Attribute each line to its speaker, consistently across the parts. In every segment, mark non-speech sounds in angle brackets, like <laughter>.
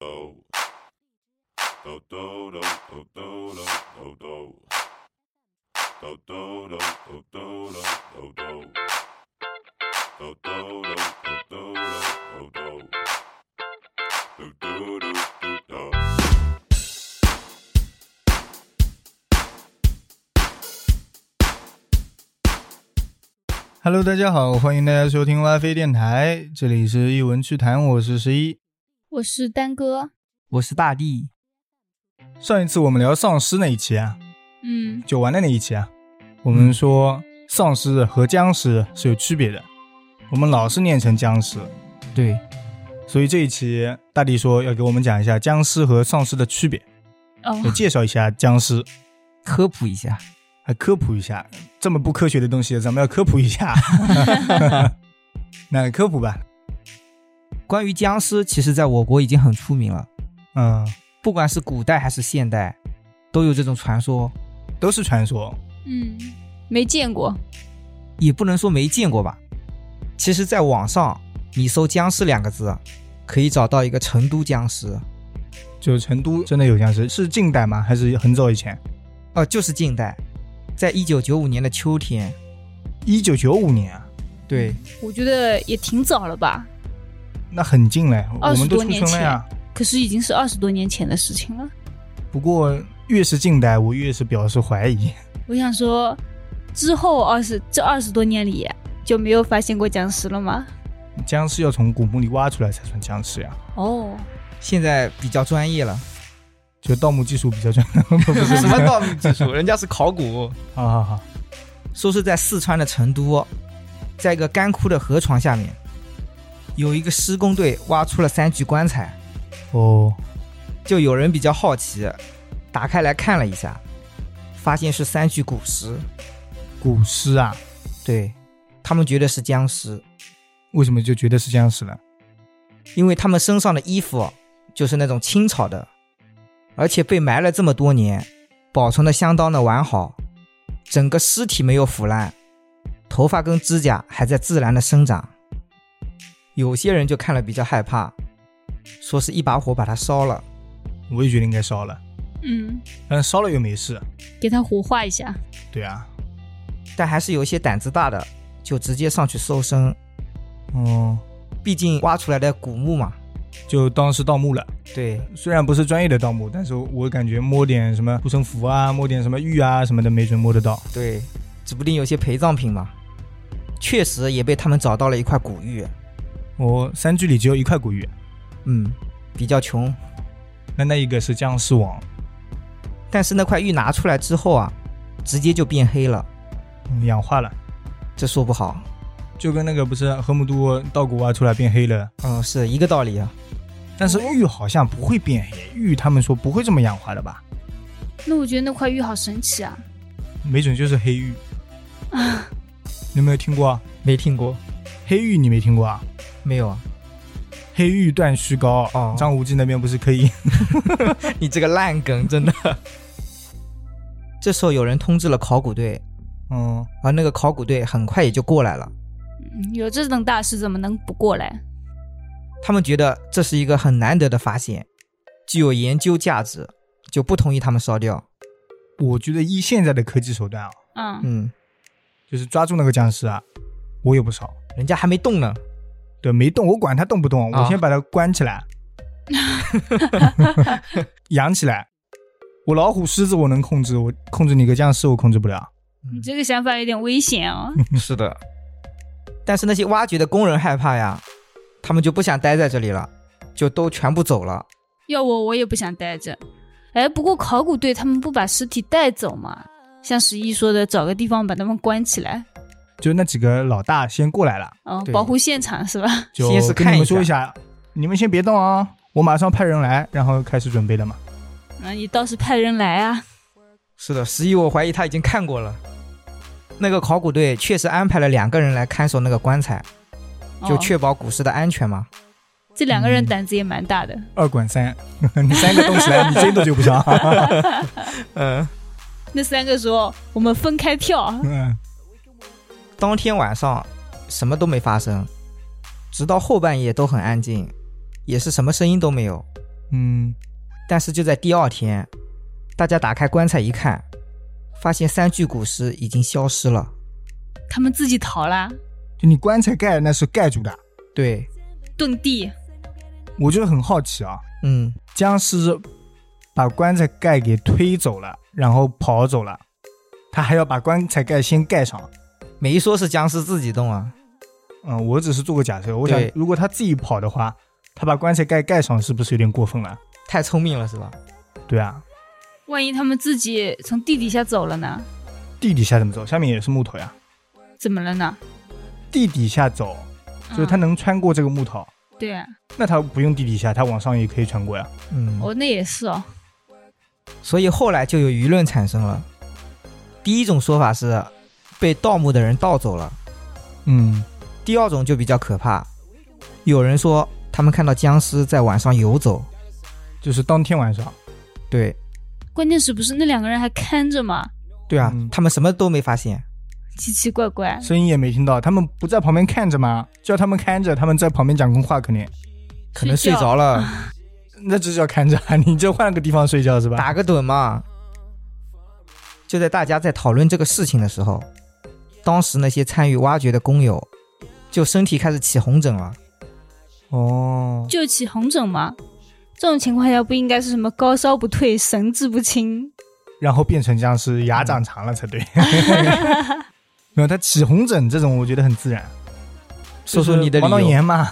Speaker 1: do do do do do do do do do do do do do do do do do do do do do do do do do do
Speaker 2: 哈喽，大家好，欢迎大家收听拉菲电台，这里是一文趣谈，我是十一。
Speaker 3: 我是丹哥，
Speaker 4: 我是大地，
Speaker 2: 上一次我们聊丧尸那一期啊，
Speaker 3: 嗯，
Speaker 2: 九玩的那一期啊，我们说丧尸和僵尸是有区别的，我们老是念成僵尸，
Speaker 4: 对，
Speaker 2: 所以这一期大地说要给我们讲一下僵尸和丧尸的区别，
Speaker 3: 哦，
Speaker 2: 也介绍一下僵尸，
Speaker 4: 科普一下，
Speaker 2: 还科普一下这么不科学的东西，咱们要科普一下。 <laughs> 那科普吧，
Speaker 4: 关于僵尸，其实在我国已经很出名了，
Speaker 2: 嗯，
Speaker 4: 不管是古代还是现代，都有这种传说，
Speaker 2: 都是传说，
Speaker 3: 嗯，没见过，
Speaker 4: 也不能说没见过吧。其实，在网上你搜“僵尸”两个字，可以找到一个成都僵尸，
Speaker 2: 就是成都真的有僵尸，是近代吗？还是很早以前？
Speaker 4: 呃，就是近代，在一九九五年的秋天，
Speaker 2: 一九九五年啊，
Speaker 4: 对，
Speaker 3: 我觉得也挺早了吧，
Speaker 2: 那很近嘞，我
Speaker 3: 20
Speaker 2: 们都
Speaker 3: 多
Speaker 2: 出
Speaker 3: 年
Speaker 2: 生了呀。
Speaker 3: 可是已经是二十多年前的事情了。
Speaker 2: 不过越是近代，我越是表示怀疑。 <laughs>
Speaker 3: 我想说，之后二十这二十多年里就没有发现过僵尸了吗？
Speaker 2: 僵尸要从古墓里挖出来才算僵尸呀，
Speaker 3: 哦，
Speaker 4: 现在比较专业了，
Speaker 2: 就盗墓技术比较专业。不
Speaker 4: <laughs> 不
Speaker 2: 是
Speaker 4: 是什么盗墓 <laughs> 技术，人家是考古。
Speaker 2: <laughs> 好好好，
Speaker 4: 说是在四川的成都，在一个干枯的河床下面，有一个施工队挖出了三具棺材，
Speaker 2: 哦，
Speaker 4: 就有人比较好奇，打开来看了一下，发现是三具古尸，
Speaker 2: 古尸啊，
Speaker 4: 对他们觉得是僵尸，
Speaker 2: 为什么就觉得是僵尸了？
Speaker 4: 因为他们身上的衣服就是那种清朝的，而且被埋了这么多年，保存的相当的完好，整个尸体没有腐烂，头发跟指甲还在自然的生长。有些人就看了比较害怕，说是一把火把它烧了。
Speaker 2: 我也觉得应该烧了，
Speaker 3: 嗯，
Speaker 2: 但是烧了又没事。
Speaker 3: 给它火化一下。
Speaker 2: 对啊，
Speaker 4: 但还是有一些胆子大的，就直接上去搜身，
Speaker 2: 哦，
Speaker 4: 毕竟挖出来的古墓嘛。
Speaker 2: 就当是盗墓了。
Speaker 4: 对，
Speaker 2: 虽然不是专业的盗墓，但是我感觉摸点什么护身符啊，摸点什么玉啊什么的，没准摸得到。
Speaker 4: 对，指不定有些陪葬品嘛。确实也被他们找到了一块古玉，
Speaker 2: 我、三具里只有一块古玉，
Speaker 4: 嗯，比较穷，
Speaker 2: 那那一个是僵尸王，
Speaker 4: 但是那块玉拿出来之后啊，直接就变黑了，
Speaker 2: 嗯氧化了。
Speaker 4: 这说不好。
Speaker 2: 就跟那个不是河姆渡稻谷挖出来变黑了，
Speaker 4: 嗯，是一个道理啊。
Speaker 2: 但是玉好像不会变黑，玉他们说不会这么氧化的吧？
Speaker 3: 那我觉得那块玉好神奇啊！
Speaker 2: 没准就是黑玉。你有没有听过啊
Speaker 4: 没听过？
Speaker 2: 黑玉？你没听过啊？
Speaker 4: 没有啊？
Speaker 2: 黑玉断续高，
Speaker 4: 哦
Speaker 2: 张无忌那边不是可以？
Speaker 4: 你这个烂梗，真的。 <laughs> 这时候有人通知了考古队，
Speaker 2: 嗯，
Speaker 4: 而那个考古队很快也就过来了。
Speaker 3: 嗯有这种大事怎么能不过来？
Speaker 4: 他们觉得这是一个很难得的发现，具有研究价值，就不同意他们烧掉。
Speaker 2: 我觉得依现在的科技手段啊，
Speaker 3: 嗯，
Speaker 4: 嗯，
Speaker 2: 就是抓住那个僵尸啊，我也不少。
Speaker 4: 人家还没动呢。
Speaker 2: 对，没动，我管它动不动，
Speaker 4: 啊
Speaker 2: 我先把它关起
Speaker 4: <laughs>
Speaker 2: 来，养起来。我老虎、狮子我能控制，我控制你个僵尸我控制不了。
Speaker 3: 你这个想法有点危险哦。
Speaker 4: 是的，嗯但是那些挖掘的工人害怕呀，他们就不想待在这里了，就都全部走了。
Speaker 3: 要我，我也不想待着。哎，不过考古队他们不把尸体带走吗？像十一说的，找个地方把他们关起来，
Speaker 2: 就那几个老大先过来了，
Speaker 3: 哦，
Speaker 4: 对
Speaker 3: 保护现场是吧？
Speaker 2: 就
Speaker 4: 先是
Speaker 2: 跟
Speaker 4: 看
Speaker 2: 你
Speaker 4: 一
Speaker 2: 们说
Speaker 4: 下
Speaker 2: 一下，你们先别动啊、我马上派人来，然后开始准备了嘛。
Speaker 3: 那嗯你倒是派人
Speaker 2: <laughs>
Speaker 3: 来啊！
Speaker 4: 是的，十一，我怀疑他已经看过了。那个考古队确实安排了两个人来看守那个棺材，就
Speaker 3: 哦
Speaker 4: 确保古尸的安全嘛。
Speaker 3: 这两个人
Speaker 2: 嗯
Speaker 3: 胆子也蛮大的。
Speaker 2: 二管三，你三个动起来，你真的就不上。
Speaker 4: 嗯，
Speaker 3: 那三个说：“我们分开跳。
Speaker 2: <laughs> 嗯，
Speaker 4: 当天晚上什么都没发生，直到后半夜都很安静，也是什么声音都没有。
Speaker 2: 嗯
Speaker 4: 但是就在第二天，大家打开棺材一看，发现三具古尸已经消失了。
Speaker 3: 他们自己逃啦，
Speaker 2: 就你棺材盖那是盖住的，
Speaker 4: 对，
Speaker 3: 遁地。
Speaker 2: 我就很好奇啊，
Speaker 4: 嗯，
Speaker 2: 僵尸把棺材盖给推走了，然后跑走了，他还要把棺材盖先盖上。
Speaker 4: 没说是僵尸自己动啊。
Speaker 2: 嗯，我只是做个假设，我想
Speaker 4: 对
Speaker 2: 如果他自己跑的话，他把棺材盖盖上是不是有点过分了？
Speaker 4: 太聪明了是吧？
Speaker 2: 对啊，
Speaker 3: 万一他们自己从地底下走了呢？
Speaker 2: 地底下怎么走？下面也是木头呀。
Speaker 3: 怎么了呢？
Speaker 2: 地底下走，就是他
Speaker 3: 嗯、
Speaker 2: 能穿过这个木头，
Speaker 3: 对啊，
Speaker 2: 那他不用地底下，他往上也可以穿过呀。
Speaker 4: 嗯，
Speaker 3: 哦，那也是哦，
Speaker 4: 所以后来就有舆论产生了。第一种说法是被盗墓的人盗走了，
Speaker 2: 嗯，
Speaker 4: 第二种就比较可怕。有人说他们看到僵尸在晚上游走，
Speaker 2: 就是当天晚上，
Speaker 4: 对
Speaker 3: 关键是不是那两个人还看着嘛，
Speaker 4: 对啊，
Speaker 2: 嗯
Speaker 4: 他们什么都没发现。
Speaker 3: 奇奇怪怪。
Speaker 2: 声音也没听到，他们不在旁边看着吗？叫他们看着，他们在旁边讲空话，肯定
Speaker 4: 可能睡
Speaker 3: 觉
Speaker 2: <laughs>
Speaker 4: 着了，
Speaker 2: 那这叫看着 <laughs> 啊！你这换个地方睡觉是吧？
Speaker 4: 打个盹嘛。就在大家在讨论这个事情的时候，当时那些参与挖掘的工友，就身体开始起红疹了。
Speaker 2: 哦，
Speaker 3: 就起红疹嘛。这种情况下不应该是什么高烧不退、神志不清？
Speaker 2: 然后变成僵尸，牙长长了才
Speaker 4: <laughs>
Speaker 2: 对。没有，他起红疹这种，我觉得很自然。
Speaker 4: 说说你的
Speaker 2: 就是
Speaker 4: 理
Speaker 2: 黄疸
Speaker 4: 由
Speaker 2: 炎嘛，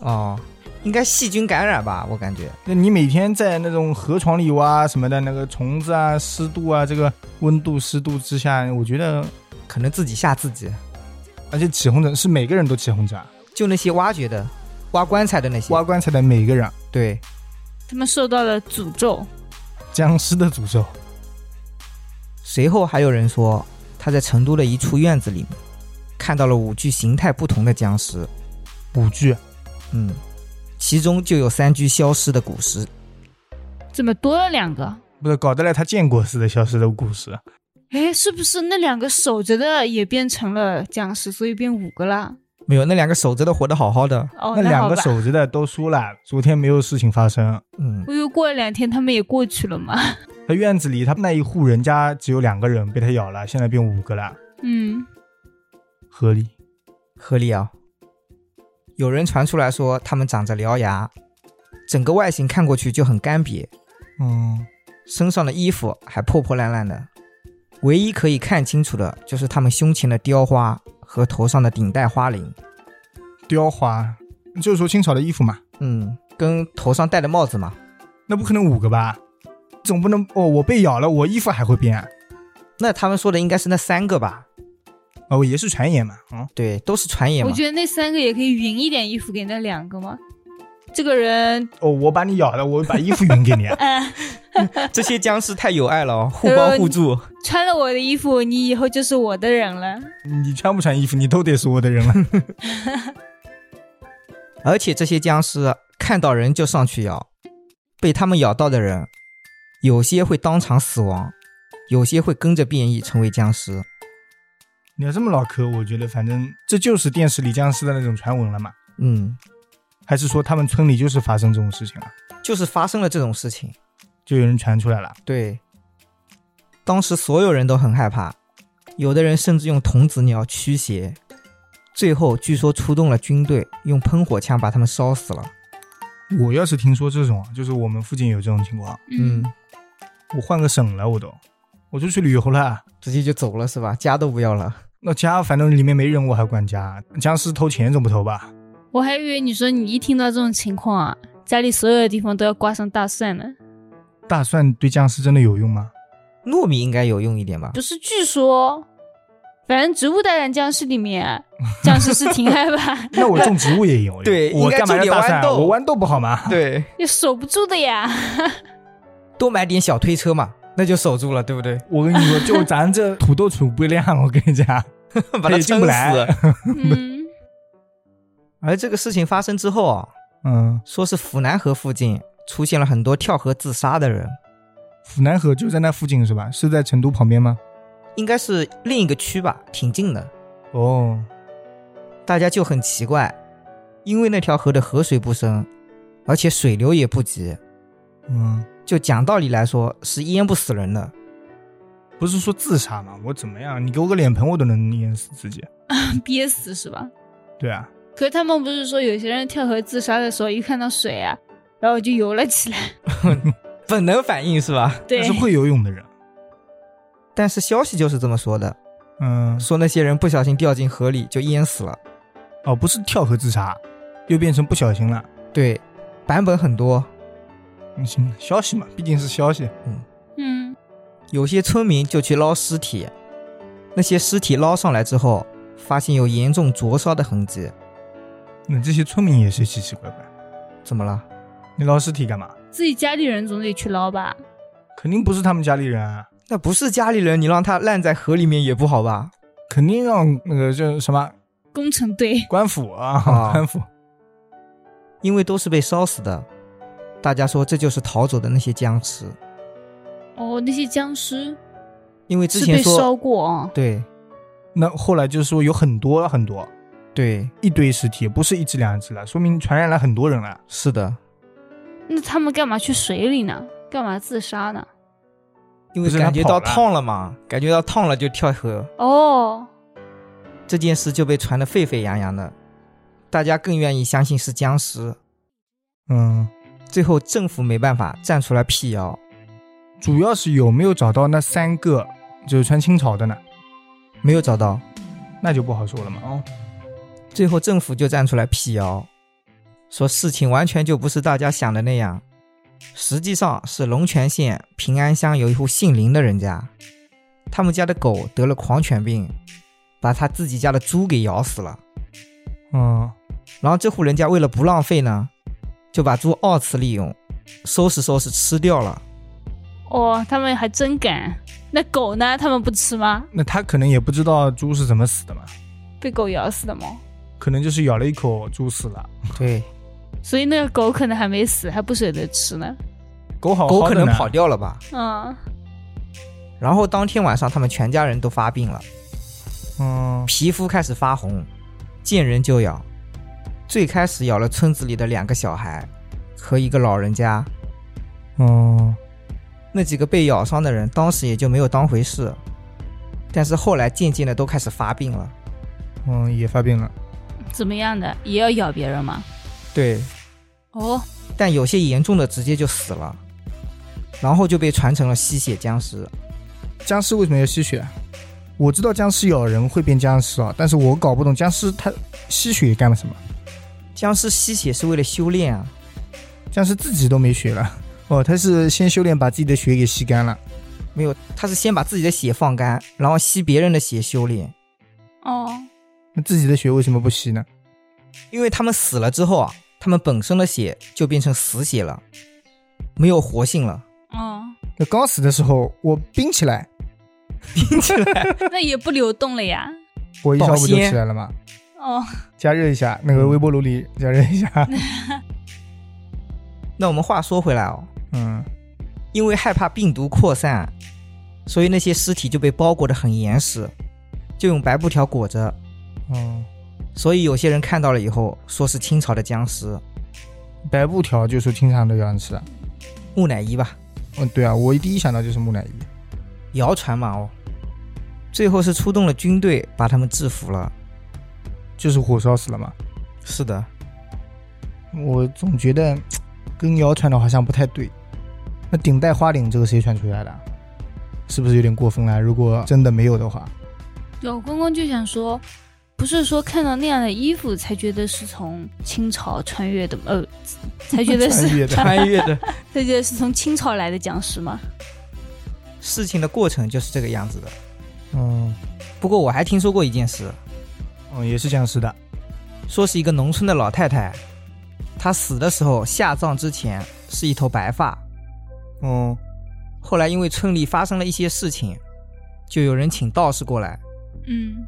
Speaker 4: 哦，应该细菌感染吧？我感觉
Speaker 2: 那你每天在那种河床里挖什么的，那个虫子啊、湿度啊，这个温度、湿度之下，我觉得，
Speaker 4: 可能自己吓自己。
Speaker 2: 而且起红疹是每个人都起红疹啊，
Speaker 4: 就那些挖掘的、挖棺材的那些，
Speaker 2: 挖棺材的每个人，
Speaker 4: 对，
Speaker 3: 他们受到了诅咒，
Speaker 2: 僵尸的诅咒。
Speaker 4: 随后还有人说，他在成都的一处院子里面看到了五具形态不同的僵尸，
Speaker 2: 五具，
Speaker 4: 嗯，其中就有三具消失的古尸。
Speaker 3: 怎么多了两个？
Speaker 2: 不是搞得来他见过似的消失的故事。
Speaker 3: 哎，是不是那两个守着的也变成了僵尸，所以变五个啦？
Speaker 4: 没有，那两个守着的活得好好的，
Speaker 3: 哦，
Speaker 2: 那两
Speaker 3: 好
Speaker 2: 个
Speaker 3: 吧。
Speaker 2: 守着的都输了，昨天没有事情发生。
Speaker 4: 嗯，
Speaker 3: 我又过了两天，他们也过去了嘛。
Speaker 2: 他院子里他那一户人家只有两个人被他咬了，现在变五个了，
Speaker 3: 嗯，
Speaker 2: 合理。
Speaker 4: 合理啊。有人传出来说，他们长着獠牙，整个外形看过去就很干瘪，
Speaker 2: 嗯，
Speaker 4: 身上的衣服还破破烂烂的。唯一可以看清楚的就是他们胸前的雕花和头上的顶戴花翎，
Speaker 2: 雕花，就是说清朝的衣服嘛，
Speaker 4: 嗯，跟头上戴的帽子嘛。
Speaker 2: 那不可能五个吧？总不能哦，我被咬了，我衣服还会变啊？
Speaker 4: 那他们说的应该是那三个吧？
Speaker 2: 哦，也是传言嘛。嗯，
Speaker 4: 对，都是传言
Speaker 3: 我
Speaker 4: 嘛。
Speaker 3: 觉得那三个也可以匀一点衣服给那两个嘛。这个人，。
Speaker 2: 哦，我把你咬了，我把衣服匀给你啊
Speaker 3: 哎，
Speaker 4: 这些僵尸太有爱了
Speaker 3: <laughs>
Speaker 4: 哦，互
Speaker 3: 对
Speaker 4: 帮互助。
Speaker 3: 穿了我的衣服，你以后就是我的人了。
Speaker 2: <laughs> 你穿不穿衣服，你都得是我的人了。 <laughs>
Speaker 4: 而且这些僵尸看到人就上去咬，被他们咬到的人，有些会当场死亡，有些会跟着变异成为僵尸。
Speaker 2: 你要这么唠嗑，我觉得反正这就是电视里僵尸的那种传闻了嘛。
Speaker 4: 嗯，
Speaker 2: 还是说他们村里就是发生这种事情了，
Speaker 4: 就是发生了这种事情。
Speaker 2: 就有人传出来了？
Speaker 4: 对，当时所有人都很害怕，有的人甚至用童子尿驱邪。最后据说出动了军队，用喷火枪把他们烧死了。
Speaker 2: 我要是听说这种，啊就是我们附近有这种情况，
Speaker 4: 嗯，
Speaker 2: 我换个省了，我都，我就去旅游了。
Speaker 4: 直接就走了是吧？家都不要了。
Speaker 2: 那家反正里面没人，我还管家。僵尸偷钱总不偷吧？
Speaker 3: 我还以为你说你一听到这种情况啊，家里所有的地方都要挂上大蒜呢。
Speaker 2: 大蒜对僵尸真的有用吗？，
Speaker 4: 糯米应该有用一点吧？
Speaker 3: 不是，据说，反正《植物大战僵尸》里 <laughs> 面，僵尸是挺害怕
Speaker 2: 那我种植物也有用。
Speaker 4: <laughs> 对
Speaker 2: 我
Speaker 4: 应该
Speaker 2: 干嘛
Speaker 4: 种
Speaker 2: 要
Speaker 4: 点
Speaker 2: 大蒜啊？
Speaker 4: 豌豆
Speaker 2: 我豌豆不好吗？
Speaker 4: 对，
Speaker 3: <laughs> 也守不住的 <laughs> 呀。
Speaker 4: 多买点小推车嘛，那就守住了，对不对？
Speaker 2: 我跟你说，就咱这土豆储备量，我跟你讲，
Speaker 4: <laughs>
Speaker 2: <laughs>
Speaker 4: 把它
Speaker 2: 也进
Speaker 4: 撑
Speaker 2: 不
Speaker 4: 死。
Speaker 2: 来
Speaker 3: 嗯，
Speaker 4: 而这个事情发生之后啊，
Speaker 2: 嗯，
Speaker 4: 说是府南河附近出现了很多跳河自杀的人，
Speaker 2: 府南河就在那附近是吧？是在成都旁边吗？
Speaker 4: 应该是另一个区吧，挺近的。
Speaker 2: 哦，
Speaker 4: 大家就很奇怪，因为那条河的河水不深，而且水流也不急，
Speaker 2: 嗯，
Speaker 4: 就讲道理来说是淹不死人的，
Speaker 2: 不是说自杀吗？我怎么样？你给我个脸盆，我都能淹死自己。
Speaker 3: 嗯憋死是吧？
Speaker 2: 对啊，
Speaker 3: 可是他们不是说有些人跳河自杀的时候，一看到水啊，然后就游了起来。
Speaker 4: 本能反应是吧？
Speaker 3: <laughs> 对
Speaker 2: 他，是会游泳的人。
Speaker 4: 但是消息就是这么说的，
Speaker 2: 嗯，
Speaker 4: 说那些人不小心掉进河里就淹死了。
Speaker 2: 哦，不是跳河自杀，又变成不小心了。
Speaker 4: 对，版本很多，
Speaker 2: 嗯，行，消息嘛，毕竟是消息。
Speaker 3: 嗯，
Speaker 4: 有些村民就去捞尸体，那些尸体捞上来之后，发现有严重灼烧的痕迹。
Speaker 2: 那这些村民也是奇奇怪怪，
Speaker 4: 怎么了？
Speaker 2: 你捞尸体干嘛？
Speaker 3: 自己家里人总得去捞吧？
Speaker 2: 肯定不是他们家里人啊，
Speaker 4: 那不是家里人，你让他烂在河里面也不好吧？
Speaker 2: 肯定让那个叫什么
Speaker 3: 工程队
Speaker 2: 官府啊，
Speaker 4: 啊
Speaker 2: 官府。
Speaker 4: 因为都是被烧死的。大家说这就是逃走的那些僵尸，
Speaker 3: 哦，那些僵尸
Speaker 4: 因为之
Speaker 3: 是
Speaker 4: 前
Speaker 3: 被
Speaker 4: 说
Speaker 3: 烧过啊、
Speaker 4: 对
Speaker 2: 那后来就是说有很多很多
Speaker 4: 对
Speaker 2: 一堆尸体，不是一只两只了，说明传染了很多人了。
Speaker 4: 是的，
Speaker 3: 那他们干嘛去水里呢？干嘛自杀呢？
Speaker 4: 因
Speaker 2: 不
Speaker 4: 为
Speaker 2: 是他
Speaker 4: 感觉
Speaker 2: 跑
Speaker 4: 到
Speaker 2: 了
Speaker 4: 烫了嘛，感觉到烫了就跳河，
Speaker 3: 哦，
Speaker 4: 这件事就被传得沸沸扬扬的，大家更愿意相信是僵尸。
Speaker 2: 嗯，
Speaker 4: 最后政府没办法站出来辟谣，
Speaker 2: 主要是有没有找到那三个就是穿清朝的呢？
Speaker 4: 没有找到，
Speaker 2: 那就不好说了嘛。哦，
Speaker 4: 最后政府就站出来辟谣，说事情完全就不是大家想的那样，实际上是龙泉县平安乡有一户姓林的人家，他们家的狗得了狂犬病，把他自己家的猪给咬死了。
Speaker 2: 嗯，
Speaker 4: 然后这户人家为了不浪费呢，就把猪二次利用，收拾收拾吃掉了。
Speaker 3: 哦，他们还真敢。那狗呢？他们不吃吗？
Speaker 2: 那他可能也不知道猪是怎么死的嘛，
Speaker 3: 被狗咬死的吗？
Speaker 2: 可能就是咬了一口猪死了。
Speaker 4: 对，
Speaker 3: 所以那个狗可能还没死，还不舍得吃呢。
Speaker 2: 狗好
Speaker 4: 狗
Speaker 2: 好
Speaker 4: 可
Speaker 2: 的
Speaker 4: 能
Speaker 2: 呢
Speaker 4: 跑掉了吧。
Speaker 3: 嗯，
Speaker 4: 然后当天晚上，他们全家人都发病了，
Speaker 2: 嗯，
Speaker 4: 皮肤开始发红，见人就咬。最开始咬了村子里的两个小孩和一个老人家。
Speaker 2: 哦，
Speaker 4: 那几个被咬伤的人当时也就没有当回事，但是后来渐渐的都开始发病了。
Speaker 2: 嗯，也发病了。
Speaker 3: 怎么样的也要咬别人吗？
Speaker 4: 对，
Speaker 3: 哦，
Speaker 4: 但有些严重的直接就死了，然后就被传成了吸血僵尸。
Speaker 2: 僵尸为什么要吸血？我知道僵尸咬人会变僵尸啊，但是我搞不懂僵尸它吸血干了什么？
Speaker 4: 僵尸吸血是为了修炼啊，
Speaker 2: 僵尸自己都没血了。 <laughs> 哦，他是先修炼把自己的血给吸干了。
Speaker 4: 没有，他是先把自己的血放干，然后吸别人的血修炼。
Speaker 3: 哦，
Speaker 2: 那自己的血为什么不吸呢？
Speaker 4: 因为他们死了之后啊，他们本身的血就变成死血了，没有活性了。
Speaker 3: 哦，
Speaker 2: 那刚死的时候我冰起来，
Speaker 3: 那也不流动了呀。
Speaker 2: 我一烧不就
Speaker 4: 保鲜
Speaker 2: 起来了吗？
Speaker 3: 哦，
Speaker 2: 加热一下，那个微波炉里加热一下。
Speaker 4: 那我们话说回来哦，
Speaker 2: <laughs> 嗯，
Speaker 4: 因为害怕病毒扩散，所以那些尸体就被包裹得很严实，就用白布条裹着。
Speaker 2: 哦，
Speaker 4: 所以有些人看到了以后，说是清朝的僵尸，
Speaker 2: 白布条就是清肠的样子啊。
Speaker 4: 木乃伊吧，
Speaker 2: 嗯，对啊，我第一想到就是木乃伊。
Speaker 4: 谣传嘛哦。最后是出动了军队把他们制服了。
Speaker 2: 就是火烧死了嘛。
Speaker 4: 是的，
Speaker 2: 我总觉得跟谣传的好像不太对。那顶戴花翎这个谁传出来的啊？是不是有点过分了？如果真的没有的话，
Speaker 3: 对，我刚刚就想说，不是说看到那样的衣服才觉得是从清朝穿越的吗， <laughs> 呃，才觉得是
Speaker 2: 穿越哎的
Speaker 4: <laughs> <laughs> 穿越的
Speaker 3: 才觉得是从清朝来的僵尸吗？
Speaker 4: 事情的过程就是这个样子的。
Speaker 2: 嗯
Speaker 4: 不过我还听说过一件事，
Speaker 2: 嗯，也是僵尸的。
Speaker 4: 说是一个农村的老太太，她死的时候下葬之前是一头白发，
Speaker 2: 嗯
Speaker 4: 后来因为村里发生了一些事情，就有人请道士过来
Speaker 3: 嗯，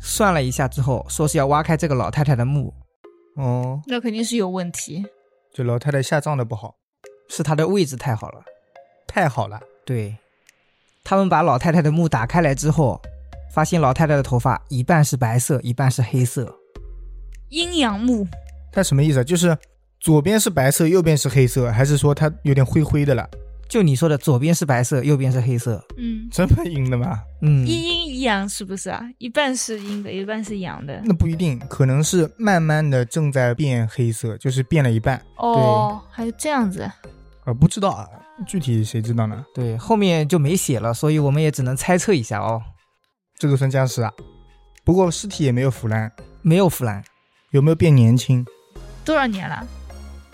Speaker 4: 算了一下之后，说是要挖开这个老太太的墓，
Speaker 2: 哦，
Speaker 3: 那肯定是有问题。
Speaker 2: 这老太太下葬的不好，
Speaker 4: 是她的位置太好了。
Speaker 2: 太好了。
Speaker 4: 对，他们把老太太的墓打开来之后，发现老太太的头发一半是白色，一半是黑色。
Speaker 3: 阴阳木，
Speaker 2: 她什么意思啊？就是左边是白色，右边是黑色，还是说它有点灰灰的了？
Speaker 4: 就你说的，左边是白色，右边是黑色。
Speaker 3: 嗯，
Speaker 2: 这么硬的吗？
Speaker 4: 嗯，
Speaker 3: 一阴一阳是不是啊？一半是阴的，一半是阳的。
Speaker 2: 那不一定，可能是慢慢的正在变黑色，就是变了一半，
Speaker 3: 哦，还有这样子。
Speaker 2: 呃，不知道啊，具体谁知道呢？
Speaker 4: 对，后面就没写了，所以我们也只能猜测一下哦。
Speaker 2: 这个算僵尸啊？不过尸体也没有腐烂，
Speaker 4: 没有腐烂，
Speaker 2: 有没有变年轻？
Speaker 3: 多少年了？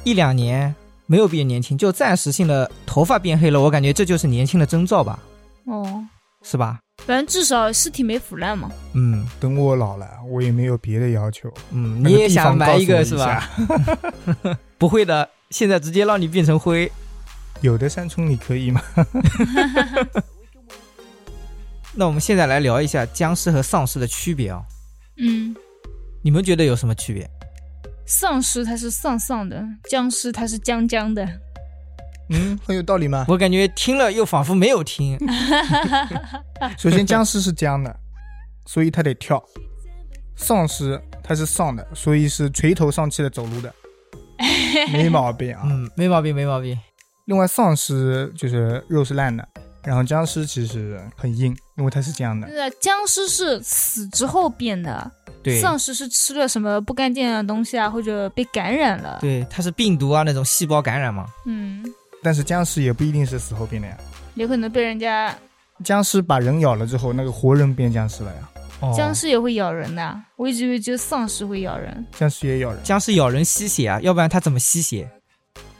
Speaker 4: 一两年没有变年轻，就暂时性的头发变黑了，我感觉这就是年轻的征兆吧，
Speaker 3: 哦，
Speaker 4: 是吧？
Speaker 3: 反正至少尸体没腐烂嘛。
Speaker 4: 嗯
Speaker 2: 等我老了，我也没有别的要求。
Speaker 4: 嗯，
Speaker 2: 那
Speaker 4: 你
Speaker 2: 个
Speaker 4: 也
Speaker 2: 地
Speaker 4: 想
Speaker 2: 方告
Speaker 4: 埋
Speaker 2: 诉
Speaker 4: 一个
Speaker 2: 我
Speaker 4: 是
Speaker 2: 下
Speaker 4: 吧？？ <laughs> 不会的，现在直接让你变成灰。
Speaker 2: 有的山村你可以吗？
Speaker 4: 那我们现在来聊一下僵尸和丧尸的区别哦，
Speaker 3: 嗯，
Speaker 4: 你们觉得有什么区别？
Speaker 3: 丧尸它是丧丧的，僵尸它是僵僵的。
Speaker 2: <laughs> 嗯，很有道理吗？
Speaker 4: 我感觉听了又仿佛没有听。
Speaker 2: <laughs> 首先，僵尸是僵的，所以它得跳；丧尸它是丧的，所以是垂头丧气的走路 <laughs> 的，没毛病啊。
Speaker 4: 嗯，没毛病，没毛病。
Speaker 2: 另外，丧尸就是肉是烂的，然后僵尸其实很硬，因为它是这样的。
Speaker 3: 对啊，僵尸是死之后变的，
Speaker 4: 对，
Speaker 3: 丧尸是吃了什么不干净的东西啊，或者被感染了。
Speaker 4: 对，它是病毒啊那种细胞感染嘛。
Speaker 3: 嗯，
Speaker 2: 但是僵尸也不一定是死后变的呀，
Speaker 3: 有可能被人家
Speaker 2: 僵尸把人咬了之后，那个活人变僵尸了呀，
Speaker 4: 哦
Speaker 3: 僵尸也会咬人的，我一直以为只有丧尸会咬人。
Speaker 2: 僵尸也咬人，
Speaker 4: 僵尸咬人吸血啊，要不然它怎么吸血？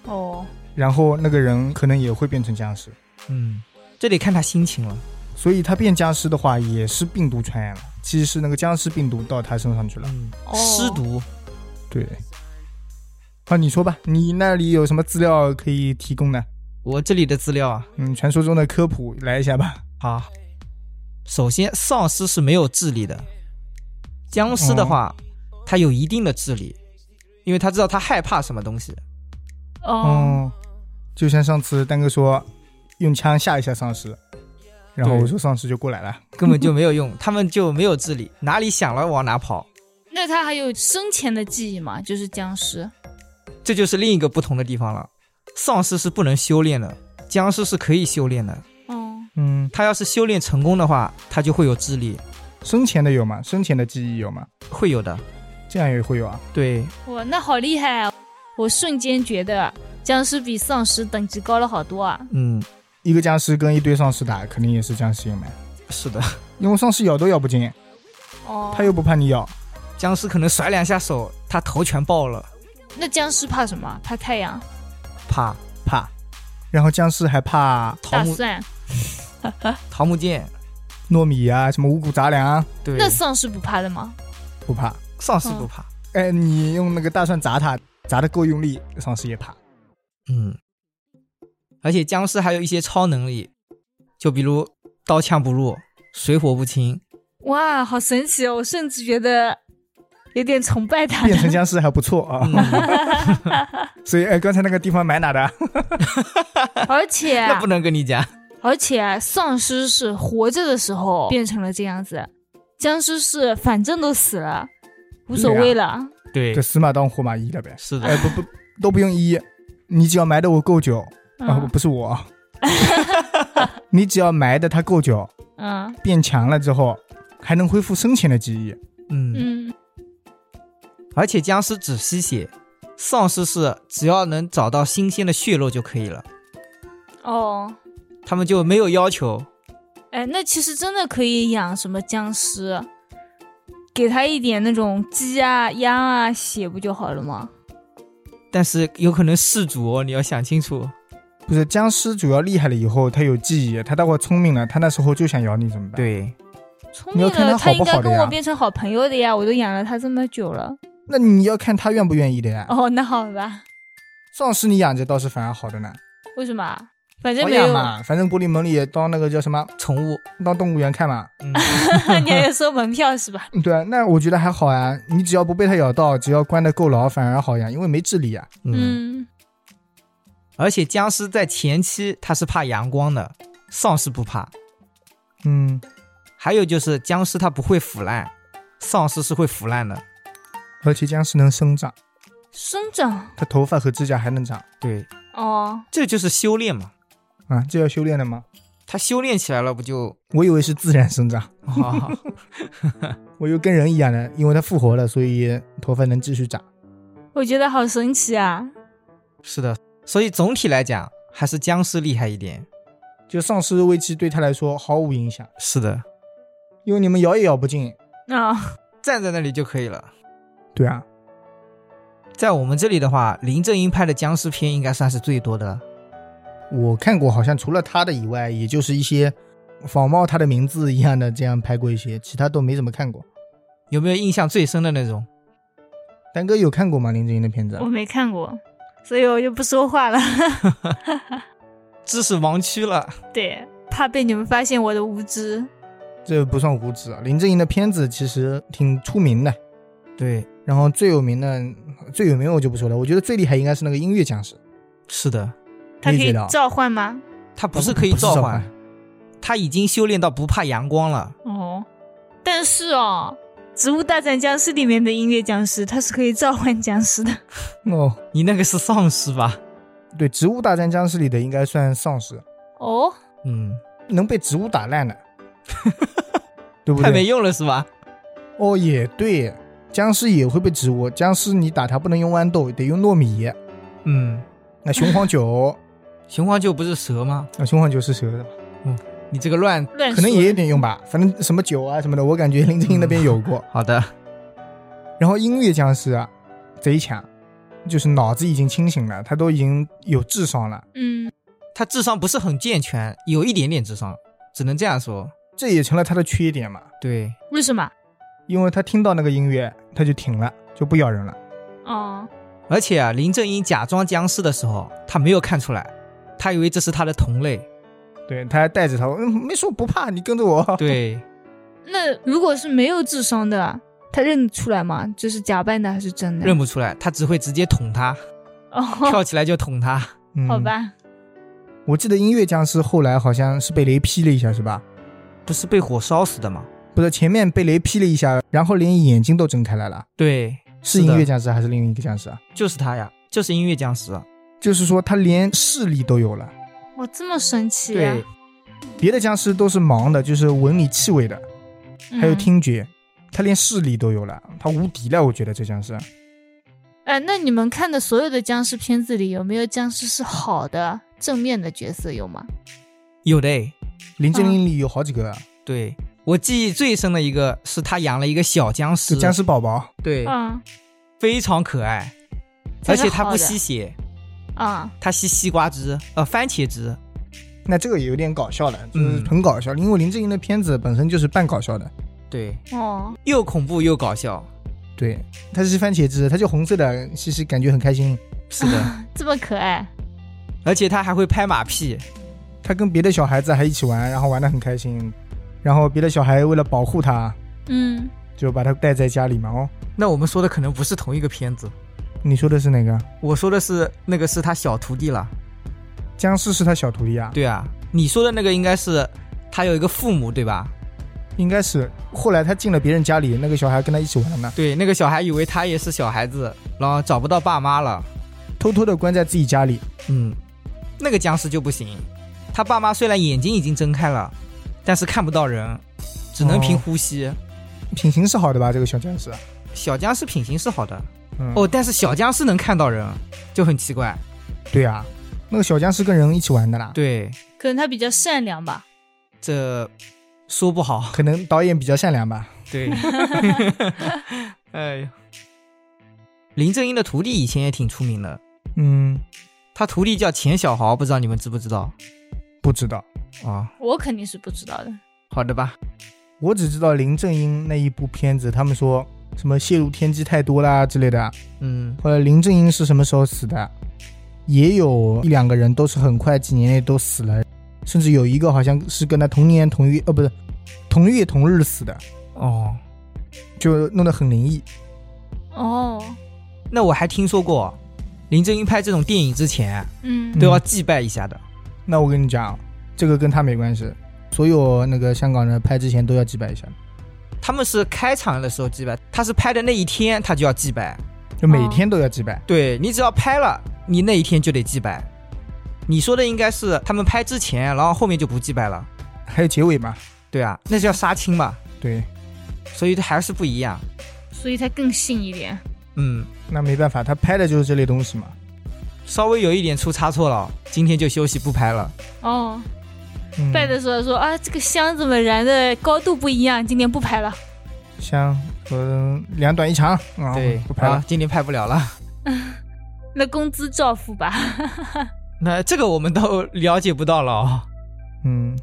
Speaker 3: 哦，
Speaker 2: 然后那个人可能也会变成僵尸，
Speaker 4: 嗯，这得看他心情了。
Speaker 2: 所以他变僵尸的话也是病毒传染了，其实是那个僵尸病毒到他身上去了。
Speaker 4: 嗯，
Speaker 3: 哦
Speaker 4: 尸毒。
Speaker 2: 对，啊，你说吧，你那里有什么资料可以提供呢？
Speaker 4: 我这里的资料啊，
Speaker 2: 嗯，传说中的科普来一下吧。
Speaker 4: 好，首先丧尸是没有智力的，僵尸的话，它有一定的智力，因为它知道它害怕什么东西。
Speaker 3: 哦，
Speaker 2: 嗯，就像上次丹哥说，用枪吓一下丧尸，然后
Speaker 4: 对
Speaker 2: 我说丧尸就过来了。
Speaker 4: 根本就没有用，他们就没有智力，哪里想了往哪跑，
Speaker 3: 那他还有生前的记忆嘛？就是僵尸。
Speaker 4: 这就是另一个不同的地方了。丧尸是不能修炼的，僵尸是可以修炼的。
Speaker 3: 哦，
Speaker 2: 嗯，
Speaker 4: 他要是修炼成功的话，他就会有智力，
Speaker 2: 生前的有吗？生前的记忆有吗？
Speaker 4: 会有的。
Speaker 2: 这样也会有啊。
Speaker 4: 对，
Speaker 3: 哇，那好厉害啊！我瞬间觉得僵尸比丧尸等级高了好多啊。
Speaker 4: 嗯，
Speaker 2: 一个僵尸跟一堆丧尸打，肯定也是僵尸赢呗，
Speaker 4: 是的， <laughs>
Speaker 2: 因为丧尸咬都咬不进，
Speaker 3: 哦，
Speaker 2: 他又不怕你咬，
Speaker 4: 僵尸可能甩两下手，他头全爆了，
Speaker 3: 那僵尸怕什么？怕太阳、
Speaker 4: 啪啪，
Speaker 2: 然后僵尸还怕
Speaker 4: 桃
Speaker 3: 大
Speaker 4: 木
Speaker 3: 蒜。
Speaker 4: 桃木剑。
Speaker 2: 糯米啊，什么五谷杂粮啊，
Speaker 4: 对，
Speaker 3: 那丧尸不怕的吗？
Speaker 2: 不怕。
Speaker 4: 丧尸不怕。
Speaker 2: 哎，你用那个大蒜砸它，砸的够用力，丧尸也怕。
Speaker 4: 嗯，而且僵尸还有一些超能力，就比如刀枪不入、水火不侵。
Speaker 3: 哇，好神奇哦！我甚至觉得有点崇拜他
Speaker 2: 变成僵尸还不错啊。
Speaker 4: 嗯
Speaker 2: 所以，哎，刚才那个地方买哪的啊？
Speaker 3: 而且啊
Speaker 4: <laughs> 那不能跟你讲。
Speaker 3: 而且啊丧尸是活着的时候变成了这样子，僵尸是反正都死了，无所谓了。
Speaker 4: 对
Speaker 2: 就死马当活马医了呗。
Speaker 4: 是的
Speaker 2: 哎，，不不，都不用医，你只要埋的我够久啊，不
Speaker 4: 哦
Speaker 3: 嗯
Speaker 2: 不是我啊，你只要埋的它够久，
Speaker 3: 嗯
Speaker 2: 变强了之后，还能恢复生前的记忆。
Speaker 4: 嗯，
Speaker 3: 嗯，
Speaker 4: 而且僵尸只吸血，丧尸是只要能找到新鲜的血肉就可以了，
Speaker 3: 哦，
Speaker 4: 他们就没有要求。
Speaker 3: 哎，那其实真的可以养什么僵尸，给他一点那种鸡啊、鸭啊血不就好了吗？
Speaker 4: 但是有可能事主哦，你要想清楚。
Speaker 2: 不是僵尸主要厉害了以后，它有记忆，它待会儿聪明了，它那时候就想咬你怎么办？，
Speaker 4: 对，
Speaker 3: 聪
Speaker 2: 你
Speaker 3: 明
Speaker 2: 要看
Speaker 3: 了，
Speaker 2: 他好
Speaker 3: 应
Speaker 2: 不
Speaker 3: 该
Speaker 2: 好的呀
Speaker 3: 跟我变成好朋友的呀，我都养了他这么久了。
Speaker 2: 那你要看它愿不愿意的呀。
Speaker 3: 哦，那好吧，
Speaker 2: 丧尸你养着倒是反而好的呢，
Speaker 3: 为什么啊？反正
Speaker 2: 好
Speaker 3: 没
Speaker 2: 养
Speaker 3: 有，
Speaker 2: 嘛，反正国立门里也当那个叫什么，
Speaker 4: 宠物，
Speaker 2: 当动物园看嘛。
Speaker 4: 嗯，
Speaker 3: <laughs> 你还要收门票
Speaker 2: <laughs>
Speaker 3: 是吧？
Speaker 2: 对啊，那我觉得还好啊，你只要不被它咬到，只要关的够牢，反而好养，因为没智力啊。
Speaker 4: 嗯
Speaker 3: 嗯，
Speaker 4: 而且僵尸在前期它是怕阳光的，丧尸不怕。
Speaker 2: 嗯，
Speaker 4: 还有就是僵尸它不会腐烂，丧尸是会腐烂的。
Speaker 2: 而且僵尸能生长，
Speaker 3: 生长
Speaker 2: 它头发和指甲还能长
Speaker 4: 对，
Speaker 3: 哦，
Speaker 4: 这就是修炼嘛。
Speaker 2: 啊，这要修炼的吗？
Speaker 4: 它修炼起来了，不就 <laughs>
Speaker 2: 我以为是自然生长，
Speaker 4: 啊？
Speaker 2: 我以为跟人一样的，因为它复活了，所以头发能继续长。
Speaker 3: 我觉得好神奇啊！
Speaker 4: 是的，所以总体来讲还是僵尸厉害一点。
Speaker 2: 就丧尸危机对它来说毫无影响，
Speaker 4: 是的，
Speaker 2: 因为你们咬也咬不进。
Speaker 3: 啊、
Speaker 4: 站在那里就可以了。
Speaker 2: 对啊，
Speaker 4: 在我们这里的话，林正英拍的僵尸片应该算是最多的了。
Speaker 2: 我看过，好像除了他的以外，也就是一些仿冒他的名字一样的这样拍过一些，其他都没怎么看过。
Speaker 4: 有没有印象最深的那种？
Speaker 2: 丹哥有看过吗？林正英的片子
Speaker 3: <laughs>
Speaker 2: 啊
Speaker 3: 我？
Speaker 4: 嗯
Speaker 3: 没看过，所以我就不说话了。 <laughs>
Speaker 4: 知识盲区了。
Speaker 3: 对，怕被你们发现我的无知。
Speaker 2: 这不算无知啊。林正英的片子其实挺出名的，
Speaker 4: 对，
Speaker 2: 然后最有名的最有名我就不说了，我觉得最厉害应该是那个音乐僵尸。
Speaker 4: 是的，
Speaker 3: 它可
Speaker 2: 你也
Speaker 3: 以
Speaker 2: 觉得啊
Speaker 3: 召唤吗？
Speaker 4: 他不是可以
Speaker 2: 不是
Speaker 4: 召
Speaker 2: 召
Speaker 4: 唤，他已经修炼到不怕阳光了。
Speaker 3: 哦，但是哦，《植物大战僵尸》里面的音乐僵尸，它是可以召唤僵尸的。 <laughs>
Speaker 2: 哦，
Speaker 4: 你那个是丧尸吧？
Speaker 2: 对，《植物大战僵尸》里的应该算丧尸，
Speaker 3: 哦，
Speaker 4: 嗯，
Speaker 2: 能被植物打烂
Speaker 4: <laughs>
Speaker 2: 的，对不
Speaker 4: 太没
Speaker 2: 对？
Speaker 4: 用了是吧？
Speaker 2: 哦，也对，僵尸也会被植物，僵尸你打它不能用豌豆，得用糯米。
Speaker 4: 嗯，
Speaker 2: 那雄黄
Speaker 4: <laughs>
Speaker 2: 酒，
Speaker 4: 雄黄酒不是蛇吗？
Speaker 2: 那雄黄酒是蛇的，
Speaker 4: 你这个乱。
Speaker 3: 乱
Speaker 2: 可能
Speaker 3: 说
Speaker 2: 也有点用吧。反正什么酒啊什么的，我感觉林正英那边有过。
Speaker 4: 好的，
Speaker 2: 然后音乐僵尸啊，贼强，就是脑子已经清醒了，他都已经有智商了。
Speaker 3: 嗯，
Speaker 4: 他智商不是很健全，有一点点智商，只能这样说。
Speaker 2: 这也成了他的缺点嘛，
Speaker 4: 对，
Speaker 3: 为什么？
Speaker 2: 因为他听到那个音乐，他就停了，就不咬人了。
Speaker 3: 哦，
Speaker 4: 而且啊，林正英假装僵尸的时候，他没有看出来，他以为这是他的同类。
Speaker 2: 对，他还带着他，嗯，没说不怕，你跟着我。，
Speaker 4: <laughs> 对，
Speaker 3: 那如果是没有智商的，他认得出来吗？就是假扮的还是真的？
Speaker 4: 认不出来，他只会直接捅 <laughs> 他，
Speaker 3: 哦，
Speaker 4: 跳起来就捅他。
Speaker 2: 嗯、
Speaker 3: <laughs> 好。吧，
Speaker 2: 我记得音乐僵尸后来好像是被雷劈了一下，是吧？
Speaker 4: 不是被火烧死的吗？
Speaker 2: 不是，前面被雷劈了一下，然后连眼睛都睁开来了，
Speaker 4: 对，
Speaker 2: 是
Speaker 4: 是的
Speaker 2: 音乐僵尸还是另一个僵尸啊？
Speaker 4: 就是他呀，就是音乐僵尸。啊
Speaker 2: 就是说他连视力都有了。
Speaker 3: 哇，这么神奇、啊！
Speaker 4: 对，
Speaker 2: 别的僵尸都是盲的，就是闻你气味的，
Speaker 3: 嗯
Speaker 2: 还有。听觉，他连视力都有了，他无敌了。我觉得这僵尸
Speaker 3: 哎，那你们看的所有的僵尸片子里，有没有僵尸是好的、正面的角色有吗？
Speaker 4: 有的诶。
Speaker 2: 林正英里有好几个，
Speaker 4: 对我记忆最深的一个是他养了一个小僵
Speaker 2: 是
Speaker 4: 尸，
Speaker 2: 僵尸宝宝，
Speaker 4: 对，
Speaker 3: 嗯，
Speaker 4: 非常可爱，
Speaker 3: 才
Speaker 4: 而
Speaker 3: 是
Speaker 4: 且它
Speaker 3: 好
Speaker 4: 不
Speaker 3: 的
Speaker 4: 吸血，
Speaker 3: 啊、
Speaker 4: 它吸西瓜汁，呃，番茄汁。
Speaker 2: 那这个也有点搞笑了，就是
Speaker 4: 嗯
Speaker 2: 很搞笑，因为林正英的片子本身就是半搞笑的。
Speaker 4: 对，
Speaker 3: 哦，
Speaker 4: 又恐怖又搞笑。
Speaker 2: 对，它是番茄汁，它就红色的，其实感觉很开心。
Speaker 4: 是
Speaker 3: <laughs>
Speaker 4: 的，
Speaker 3: 这么可爱，
Speaker 4: 而且它还会拍马屁。
Speaker 2: 他跟别的小孩子还一起玩，然后玩得很开心，然后别的小孩为了保护他，
Speaker 3: 嗯，
Speaker 2: 就把他带在家里嘛。哦，
Speaker 4: 那我们说的可能不是同一个片子，
Speaker 2: 你说的是哪个？
Speaker 4: 我说的是那个是他小徒弟了。
Speaker 2: 僵尸是他小徒弟啊？
Speaker 4: 对啊，你说的那个应该是他有一个父母，对吧？
Speaker 2: 应该是。后来他进了别人家里，那个小孩跟他一起玩呢，
Speaker 4: 对，那个小孩以为他也是小孩子，然后找不到爸妈了。
Speaker 2: 偷偷的关在自己家里。
Speaker 4: 嗯，那个僵尸就不行，他爸妈虽然眼睛已经睁开了，但是看不到人，只能凭
Speaker 2: 哦
Speaker 4: 呼吸。
Speaker 2: 品行是好的吧？这个小僵尸，
Speaker 4: 小僵尸品行是好的
Speaker 2: 嗯，
Speaker 4: 哦，，但是小僵尸能看到人，啊就很奇怪。
Speaker 2: 对啊，那个小僵尸跟人一起玩的啦。，
Speaker 4: 对，
Speaker 3: 可能他比较善良吧。
Speaker 4: 这说不
Speaker 2: <laughs>
Speaker 4: 好。
Speaker 2: 可能导演比较善良吧。
Speaker 4: 对， <laughs> 哎呦，林正英的徒弟以前也挺出名的，
Speaker 2: 嗯，
Speaker 4: 他徒弟叫钱小豪，不知道你们知不知道
Speaker 2: 不知道，
Speaker 4: 啊、哦？
Speaker 3: 我肯定是不知道的。
Speaker 4: 好的吧，
Speaker 2: 我只知道林正英那一部片子，他们说什么泄露天机太多啦之类的。啊
Speaker 4: 嗯，
Speaker 2: 后来林正英是什么时候死的？也有一两个人都是很快几年内都死了，甚至有一个好像是跟他同年同月，呃，不是同月同日死的，
Speaker 4: 哦，
Speaker 2: 就弄得很灵异。
Speaker 3: 哦，
Speaker 4: 那我还听说过，林正英拍这种电影之前
Speaker 3: 嗯，
Speaker 4: 都要祭拜一下的。
Speaker 2: 那我跟你讲，啊这个跟他没关系，所有那个香港人拍之前都要祭拜一下。
Speaker 4: 他们是开场的时候祭拜，他是拍的那一天他就要祭拜。
Speaker 2: 就每天都要祭拜。
Speaker 4: 对你只要拍了，你那一天就得祭拜。你说的应该是他们拍之前，然后后面就不祭拜了，
Speaker 2: 还有结尾嘛？
Speaker 4: 对啊，那叫杀青嘛，
Speaker 2: 对，
Speaker 4: 所以还是不一样。
Speaker 3: 所以他更信一点。
Speaker 4: 嗯，
Speaker 2: 那没办法，他拍的就是这类东西嘛。
Speaker 4: 稍微有一点出差错了，今天就休息不拍了。
Speaker 3: 哦，
Speaker 2: 嗯、
Speaker 3: 拜的时候说啊，这个香怎么燃的高度不一样，今天不拍了。
Speaker 2: 香和两短一长，啊，
Speaker 4: 对，
Speaker 2: 不拍了。
Speaker 4: 啊，今天拍不了了。
Speaker 3: 那工资照付吧。 <laughs>
Speaker 4: 那这个我们都了解不到了、哦。
Speaker 2: 嗯，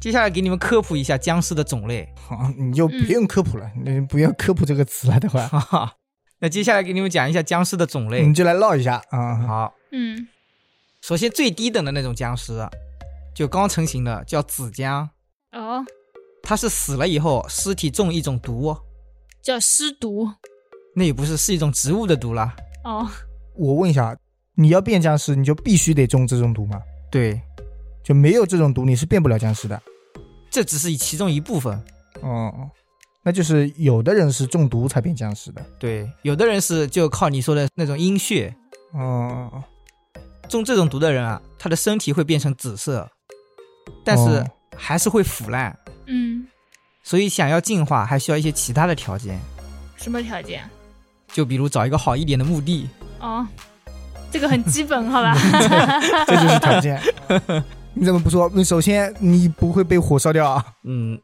Speaker 4: 接下来给你们科普一下僵尸的种类。 <laughs>
Speaker 2: 好，你就
Speaker 4: 嗯
Speaker 2: 别用科普了，你不要科普这个词了，等会儿
Speaker 4: 哈哈，那接下来给你们讲一下僵尸的种类。
Speaker 2: 你就来唠一下啊。
Speaker 4: 好，
Speaker 3: 嗯，
Speaker 4: 首先最低等的那种僵尸，就刚成型的，叫紫僵，
Speaker 3: 哦，
Speaker 4: 它是死了以后尸体中一种毒，哦
Speaker 3: 叫尸毒。
Speaker 4: 那也不是是一种植物的毒了。
Speaker 3: 哦，
Speaker 2: 我问一下，你要变僵尸，你就必须得中这种毒吗？
Speaker 4: 对，
Speaker 2: 就没有这种毒，你是变不了僵尸的。
Speaker 4: 这只是其中一部分。
Speaker 2: 哦，那就是有的人是中毒才变僵尸的。
Speaker 4: 对，有的人是就靠你说的那种阴血，
Speaker 2: 哦，
Speaker 4: 中这种毒的人啊，他的身体会变成紫色，但是
Speaker 2: 哦
Speaker 4: 还是会腐烂。
Speaker 3: 嗯，
Speaker 4: 所以想要进化，还需要一些其他的条件，
Speaker 3: 什么条件？
Speaker 4: 就比如找一个好一点的墓地。
Speaker 3: 哦，这个很基本， <laughs> 好吧？
Speaker 2: 这就是条
Speaker 4: <laughs>
Speaker 2: 件。你怎么不说？你首先你不会被火烧掉啊。
Speaker 4: 嗯，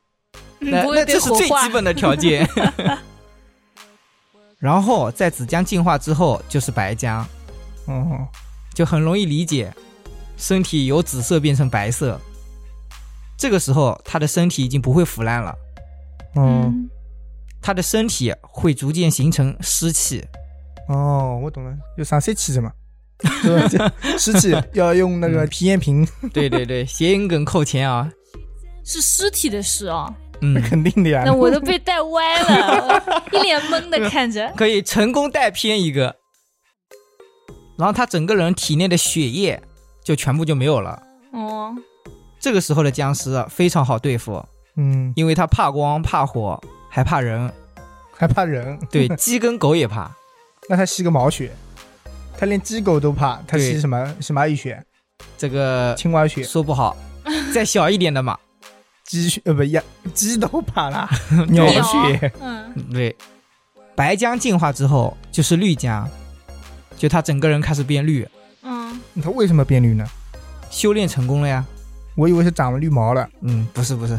Speaker 3: 嗯
Speaker 4: 那
Speaker 3: 不
Speaker 4: 那
Speaker 3: 会被
Speaker 4: 这是
Speaker 3: 火
Speaker 4: 最
Speaker 3: 化
Speaker 4: 基。本的
Speaker 3: <laughs>
Speaker 4: 条件。然后在紫姜进化之后就是白姜，
Speaker 2: 哦，
Speaker 4: 就很容易理解，身体由紫色变成白色。这个时候，他的身体已经不会腐烂了，
Speaker 2: 哦，
Speaker 3: 嗯，
Speaker 4: 他的身体会逐渐形成湿气。
Speaker 2: 哦，我懂了，就上湿气的嘛。对吧？ <laughs> 这湿气要用那个皮炎平，
Speaker 4: 对对 <laughs> 对，谐音梗扣钱啊。
Speaker 3: 是尸体的尸哦。
Speaker 4: 嗯， <laughs>
Speaker 2: 肯定的呀。
Speaker 3: 那我都被带歪了， <laughs> 一脸懵
Speaker 4: 嗯
Speaker 3: 的看着。
Speaker 4: 可以成功带偏一个，然后他整个人体内的血液就全部就没有了。
Speaker 3: 哦，
Speaker 4: 这个时候的僵尸啊非常好对付，
Speaker 2: <laughs> 嗯，
Speaker 4: 因为他怕光、怕火，还怕人，
Speaker 2: 还怕人，
Speaker 4: <laughs> 对，鸡跟狗也怕。
Speaker 2: 那他吸个毛血，他连鸡狗都怕，他吸
Speaker 4: 对
Speaker 2: 什么什么蚂蚁血、
Speaker 4: 这个
Speaker 2: 青蛙血、
Speaker 4: 说不好，再小一点的嘛，
Speaker 2: 鸡血呃不鸭鸡都怕啦，鸟血
Speaker 3: 嗯，
Speaker 4: 对。白姜进化之后就是绿姜，就他整个人开始变绿，
Speaker 3: 嗯，
Speaker 2: 他为什么变绿呢？
Speaker 4: 修炼成功了呀。
Speaker 2: 我以为是长了绿毛了。
Speaker 4: 嗯，不是不是，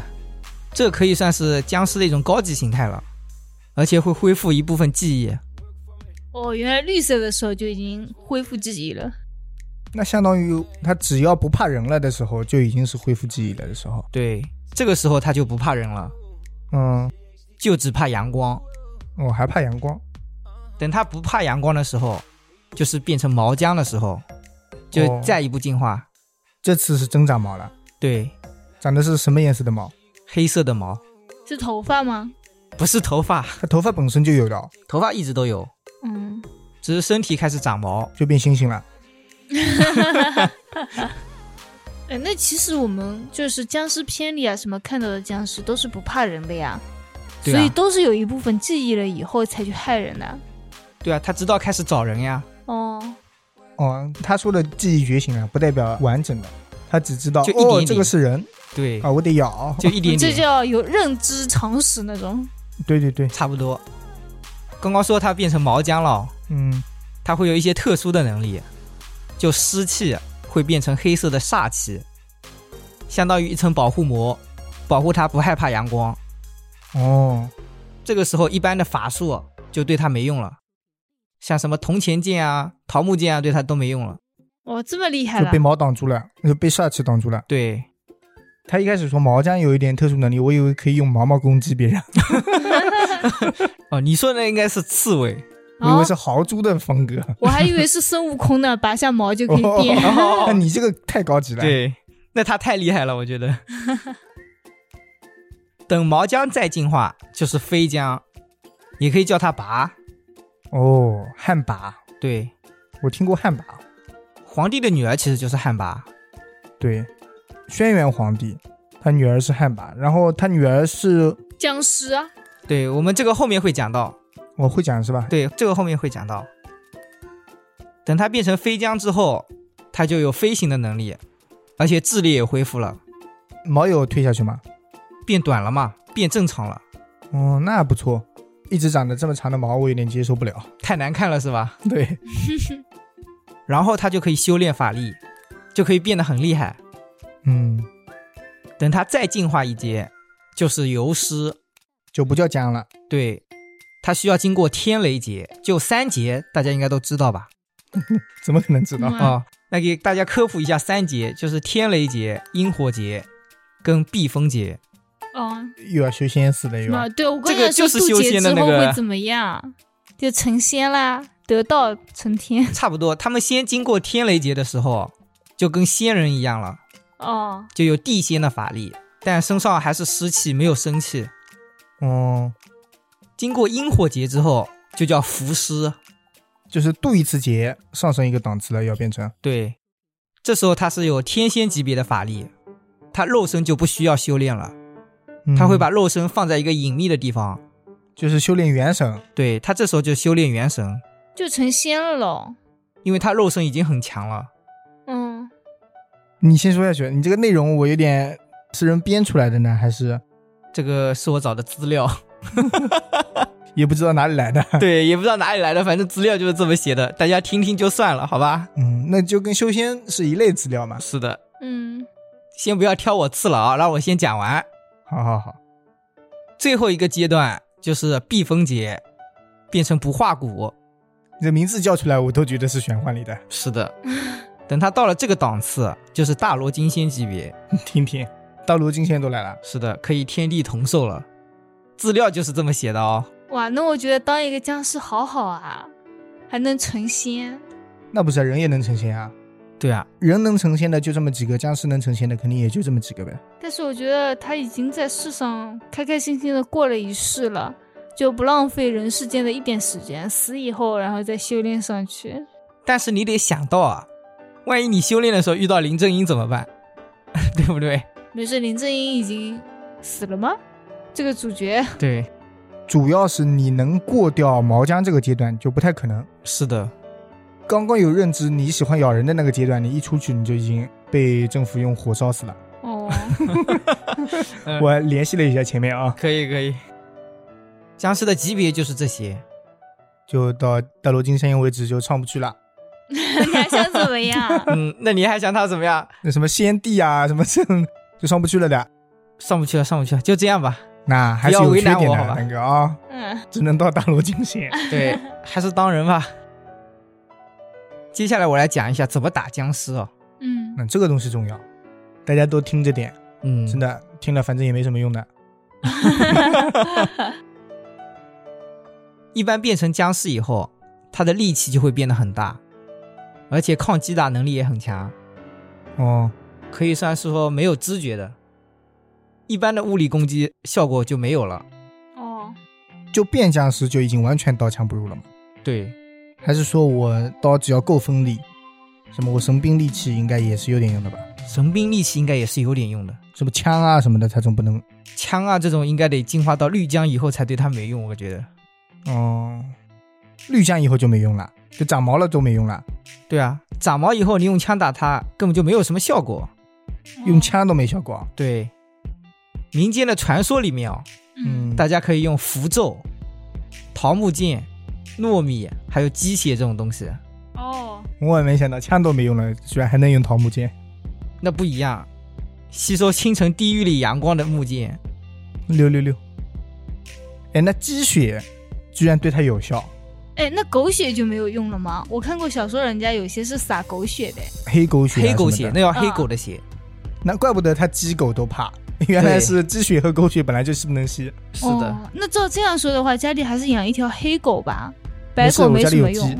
Speaker 4: 这可以算是僵尸的一种高级形态了，而且会恢复一部分记忆。
Speaker 3: 哦，原来绿色的时候就已经恢复记忆了。
Speaker 2: 那相当于他只要不怕人了的时候，就已经是恢复记忆了的时候。
Speaker 4: 对，这个时候他就不怕人了，
Speaker 2: 嗯，
Speaker 4: 就只怕阳光。
Speaker 2: 我还怕阳光，
Speaker 4: 等他不怕阳光的时候，就是变成毛僵的时候，就
Speaker 2: 哦
Speaker 4: 再一步进化。
Speaker 2: 这次是真长毛了，
Speaker 4: 对，
Speaker 2: 长的是什么颜色的毛？
Speaker 4: 黑色的毛
Speaker 3: 是头发吗？
Speaker 4: 不是头发，
Speaker 2: 他头发本身就有的哦，
Speaker 4: 头发一直都有，
Speaker 3: 嗯，
Speaker 4: 只是身体开始长毛。
Speaker 2: 就变星星了。
Speaker 3: 哎，那其实我们就是僵尸片里啊，什么看到的僵尸都是不怕人的呀，
Speaker 4: 对
Speaker 3: 所以
Speaker 4: 啊，
Speaker 3: 都是有一部分记忆了以后才去害人的。
Speaker 4: 对啊，他知道开始找人呀，
Speaker 3: 哦，
Speaker 2: 哦，他说的记忆觉醒了，不代表完整的，他只知道
Speaker 4: 就一点一
Speaker 2: 哦，
Speaker 4: 点
Speaker 2: 这个是人
Speaker 4: 对，
Speaker 2: 啊，我得咬。
Speaker 4: <laughs> 就一点
Speaker 3: 这
Speaker 4: 点，
Speaker 3: 叫有认知常识那种。
Speaker 2: <laughs> 对对对，
Speaker 4: 差不多。刚刚说他变成毛僵了，
Speaker 2: 嗯，
Speaker 4: 他会有一些特殊的能力，就湿气会变成黑色的煞气，相当于一层保护膜，保护他不害怕阳光。
Speaker 2: 哦，
Speaker 4: 这个时候一般的法术就对他没用了，像什么铜钱剑啊、桃木剑啊，对他都没用了。
Speaker 3: 哇，这么厉害
Speaker 2: 就
Speaker 3: 了
Speaker 2: 被！毛挡住了，就被煞气挡住了。
Speaker 4: 对，
Speaker 2: 他一开始说毛将有一点特殊能力，我以为可以用毛毛攻击别人，
Speaker 4: 哦，你说的应该是刺猬，
Speaker 2: 我以
Speaker 3: 哦
Speaker 2: 为是豪猪的风格。
Speaker 3: 我还以为是孙悟空呢，拔下毛就可
Speaker 4: 哦
Speaker 3: 以变。
Speaker 2: 哦 <laughs> 那你这个太高级了。，
Speaker 4: 对，那他太厉害了，我觉得。 <laughs> 等毛姜再进化就是飞姜，也可以叫它拔。
Speaker 2: 哦，旱魃，
Speaker 4: 对，
Speaker 2: 我听过旱魃，
Speaker 4: 皇帝的女儿其实就是旱魃。
Speaker 2: 对，轩辕皇帝，他女儿是旱魃，然后他女儿是
Speaker 3: 僵尸啊，
Speaker 4: 对我们这个后面会讲到，
Speaker 2: 我会讲是吧？
Speaker 4: 对，这个后面会讲到。等它变成飞将之后，它就有飞行的能力，而且智力也恢复了，
Speaker 2: 毛有退下去吗？
Speaker 4: 变短了嘛，变正常了，
Speaker 2: 哦，那不错，一直长得这么长的毛，我有点接受不了。
Speaker 4: 太难看了是吧？
Speaker 2: 对，
Speaker 4: 然后它就可以修炼法力，就可以变得很厉害。
Speaker 2: 嗯，
Speaker 4: 等它再进化一阶，就是游师，
Speaker 2: 就不叫僵了。
Speaker 4: 对，它需要经过天雷劫，就三劫，大家应该都知道吧？
Speaker 2: 怎么可能知道？
Speaker 3: 嗯
Speaker 4: 哦，那给大家科普一下，三劫就是天雷劫、阴火劫跟避风劫。
Speaker 3: 哦，
Speaker 2: 又要修仙死的又要
Speaker 3: 那。对我
Speaker 4: 这
Speaker 3: 跟
Speaker 4: 个
Speaker 3: 你
Speaker 4: 就
Speaker 3: 说，
Speaker 4: 是
Speaker 3: 渡
Speaker 4: 修
Speaker 3: 劫
Speaker 4: 仙的
Speaker 3: 之
Speaker 4: 那
Speaker 3: 后
Speaker 4: 个
Speaker 3: 会怎么样？就成仙啦，得道成天。
Speaker 4: 差不多，他们先经过天雷劫的时候，就跟仙人一样了，
Speaker 3: 哦，
Speaker 4: 就有地仙的法力，但身上还是湿气，没有生气。
Speaker 2: 哦，
Speaker 4: 经过阴火劫之后，就叫伏尸。
Speaker 2: 就是渡一次劫，上升一个档次了，要变成
Speaker 4: 对，这时候他是有天仙级别的法力，他肉身就不需要修炼了，
Speaker 2: 嗯
Speaker 4: 他会把肉身放在一个隐秘的地方。
Speaker 2: 就是修炼元神。
Speaker 4: 对他这时候就修炼元神，
Speaker 3: 就成仙了喽。
Speaker 4: 因为他肉身已经很强了。
Speaker 3: 嗯，
Speaker 2: 你先说下去，你这个内容我有点是人编出来的呢，还是
Speaker 4: 这个是我找的资料，
Speaker 2: 也不知道哪里来的？ <laughs>
Speaker 4: 对，也不知道哪里来的，反正资料就是这么写的，大家听听就算了，好吧？
Speaker 2: 嗯，那就跟修仙是一类资料嘛。
Speaker 4: 是的，
Speaker 3: 嗯，
Speaker 4: 先不要挑我刺了啊，让我先讲完。
Speaker 2: 好好好，
Speaker 4: 最后一个阶段就是避风节，变成不化骨。
Speaker 2: 你这名字叫出来，我都觉得是玄幻里的。 <laughs>
Speaker 4: 是的，等他到了这个档次，就是大罗金仙级别。
Speaker 2: 听听，到罗金仙都来了，
Speaker 4: 是的，可以天地同寿了。资料就是这么写的哦。
Speaker 3: 哇，那我觉得当一个僵尸好好啊，还能成仙。
Speaker 2: 那不是人也能成仙啊？
Speaker 4: 对啊，
Speaker 2: 人能成仙的就这么几个，僵尸能成仙的肯定也就这么几个呗。
Speaker 3: 但是我觉得他已经在世上开开心心的过了一世了，就不浪费人世间的一点时间，死以后然后再修炼上去。
Speaker 4: 但是你得想到啊，万一你修炼的时候遇到林正英怎么办？ <laughs> 对不对？
Speaker 3: 没事，林正英已经死了吗？这个主角，
Speaker 4: 对，
Speaker 2: 主要是你能过掉毛僵这个阶段就不太可能。
Speaker 4: 是的，
Speaker 2: 刚刚有认知你喜欢咬人的那个阶段，你一出去你就已经被政府用火烧死了。
Speaker 3: 哦，
Speaker 4: 嗯
Speaker 2: 我联系了一下前面啊，
Speaker 4: 可以可以。僵尸的级别就是这些。
Speaker 2: 就到大罗金仙为止就上不去了。
Speaker 3: <laughs> 你还想怎么样？
Speaker 4: 嗯，那你还想他怎么样？
Speaker 2: 那什么先帝啊，什么这种就上不去了的。
Speaker 4: 上不去了，上不去了，就这样 <laughs> 吧。
Speaker 2: 那还是有缺点
Speaker 4: 不要为难我
Speaker 2: 的
Speaker 4: 好吧
Speaker 2: 那个啊，
Speaker 3: <laughs> 嗯，
Speaker 2: 只能到大罗金仙。
Speaker 4: 对，还是当人吧。接下来我来讲一下怎么打僵尸哦。
Speaker 3: 嗯，
Speaker 2: 那这个东西重要，大家都听着点，
Speaker 4: 嗯
Speaker 2: 真的听了反正也没什么用的。
Speaker 4: 一般变成僵尸以后，他的力气就会变得很大，而且抗击打能力也很强，
Speaker 2: 哦，
Speaker 4: 可以算是说没有知觉的。一般的物理攻击效果就没有了。
Speaker 3: 哦，
Speaker 2: 就变僵尸就已经完全刀枪不入了嘛？
Speaker 4: 对，
Speaker 2: 还是说我刀只要够锋利，什么我神兵利器应该也是有点用的吧？
Speaker 4: 神兵利器应该也是有点用的，
Speaker 2: 什么枪啊什么的，它总不能
Speaker 4: 枪啊这种应该得进化到绿浆以后才对它没用，我觉得。
Speaker 2: 哦，绿浆以后就没用了，就长毛了都没用了，
Speaker 4: 对啊，长毛以后你用枪打它根本就没有什么效果。
Speaker 2: 嗯用，枪都没效果。
Speaker 4: 对，民间的传说里面哦，
Speaker 3: 嗯，
Speaker 4: 大家可以用符咒、桃木剑、糯米还有鸡血这种东西，
Speaker 3: 哦，
Speaker 2: 我也没想到枪都没用了，居然还能用桃木剑，
Speaker 4: 那不一样。吸收清晨地狱里阳光的木剑，
Speaker 2: 六六六。哎，那鸡血居然对它有效，
Speaker 3: 哎，那狗血就没有用了吗？我看过小说，人家有些是撒狗血的。
Speaker 2: 黑狗血、
Speaker 4: 黑狗血那，要
Speaker 3: 啊
Speaker 4: 黑狗的血，
Speaker 2: 那怪不得它鸡狗都怕，原来是鸡血和狗血本来就吸不能吸。
Speaker 4: 是的，
Speaker 3: 哦。那照这样说的话，家里还是养一条黑狗吧，白狗
Speaker 2: 没事我家
Speaker 3: 什
Speaker 2: 里有
Speaker 3: 么用
Speaker 2: 鸡。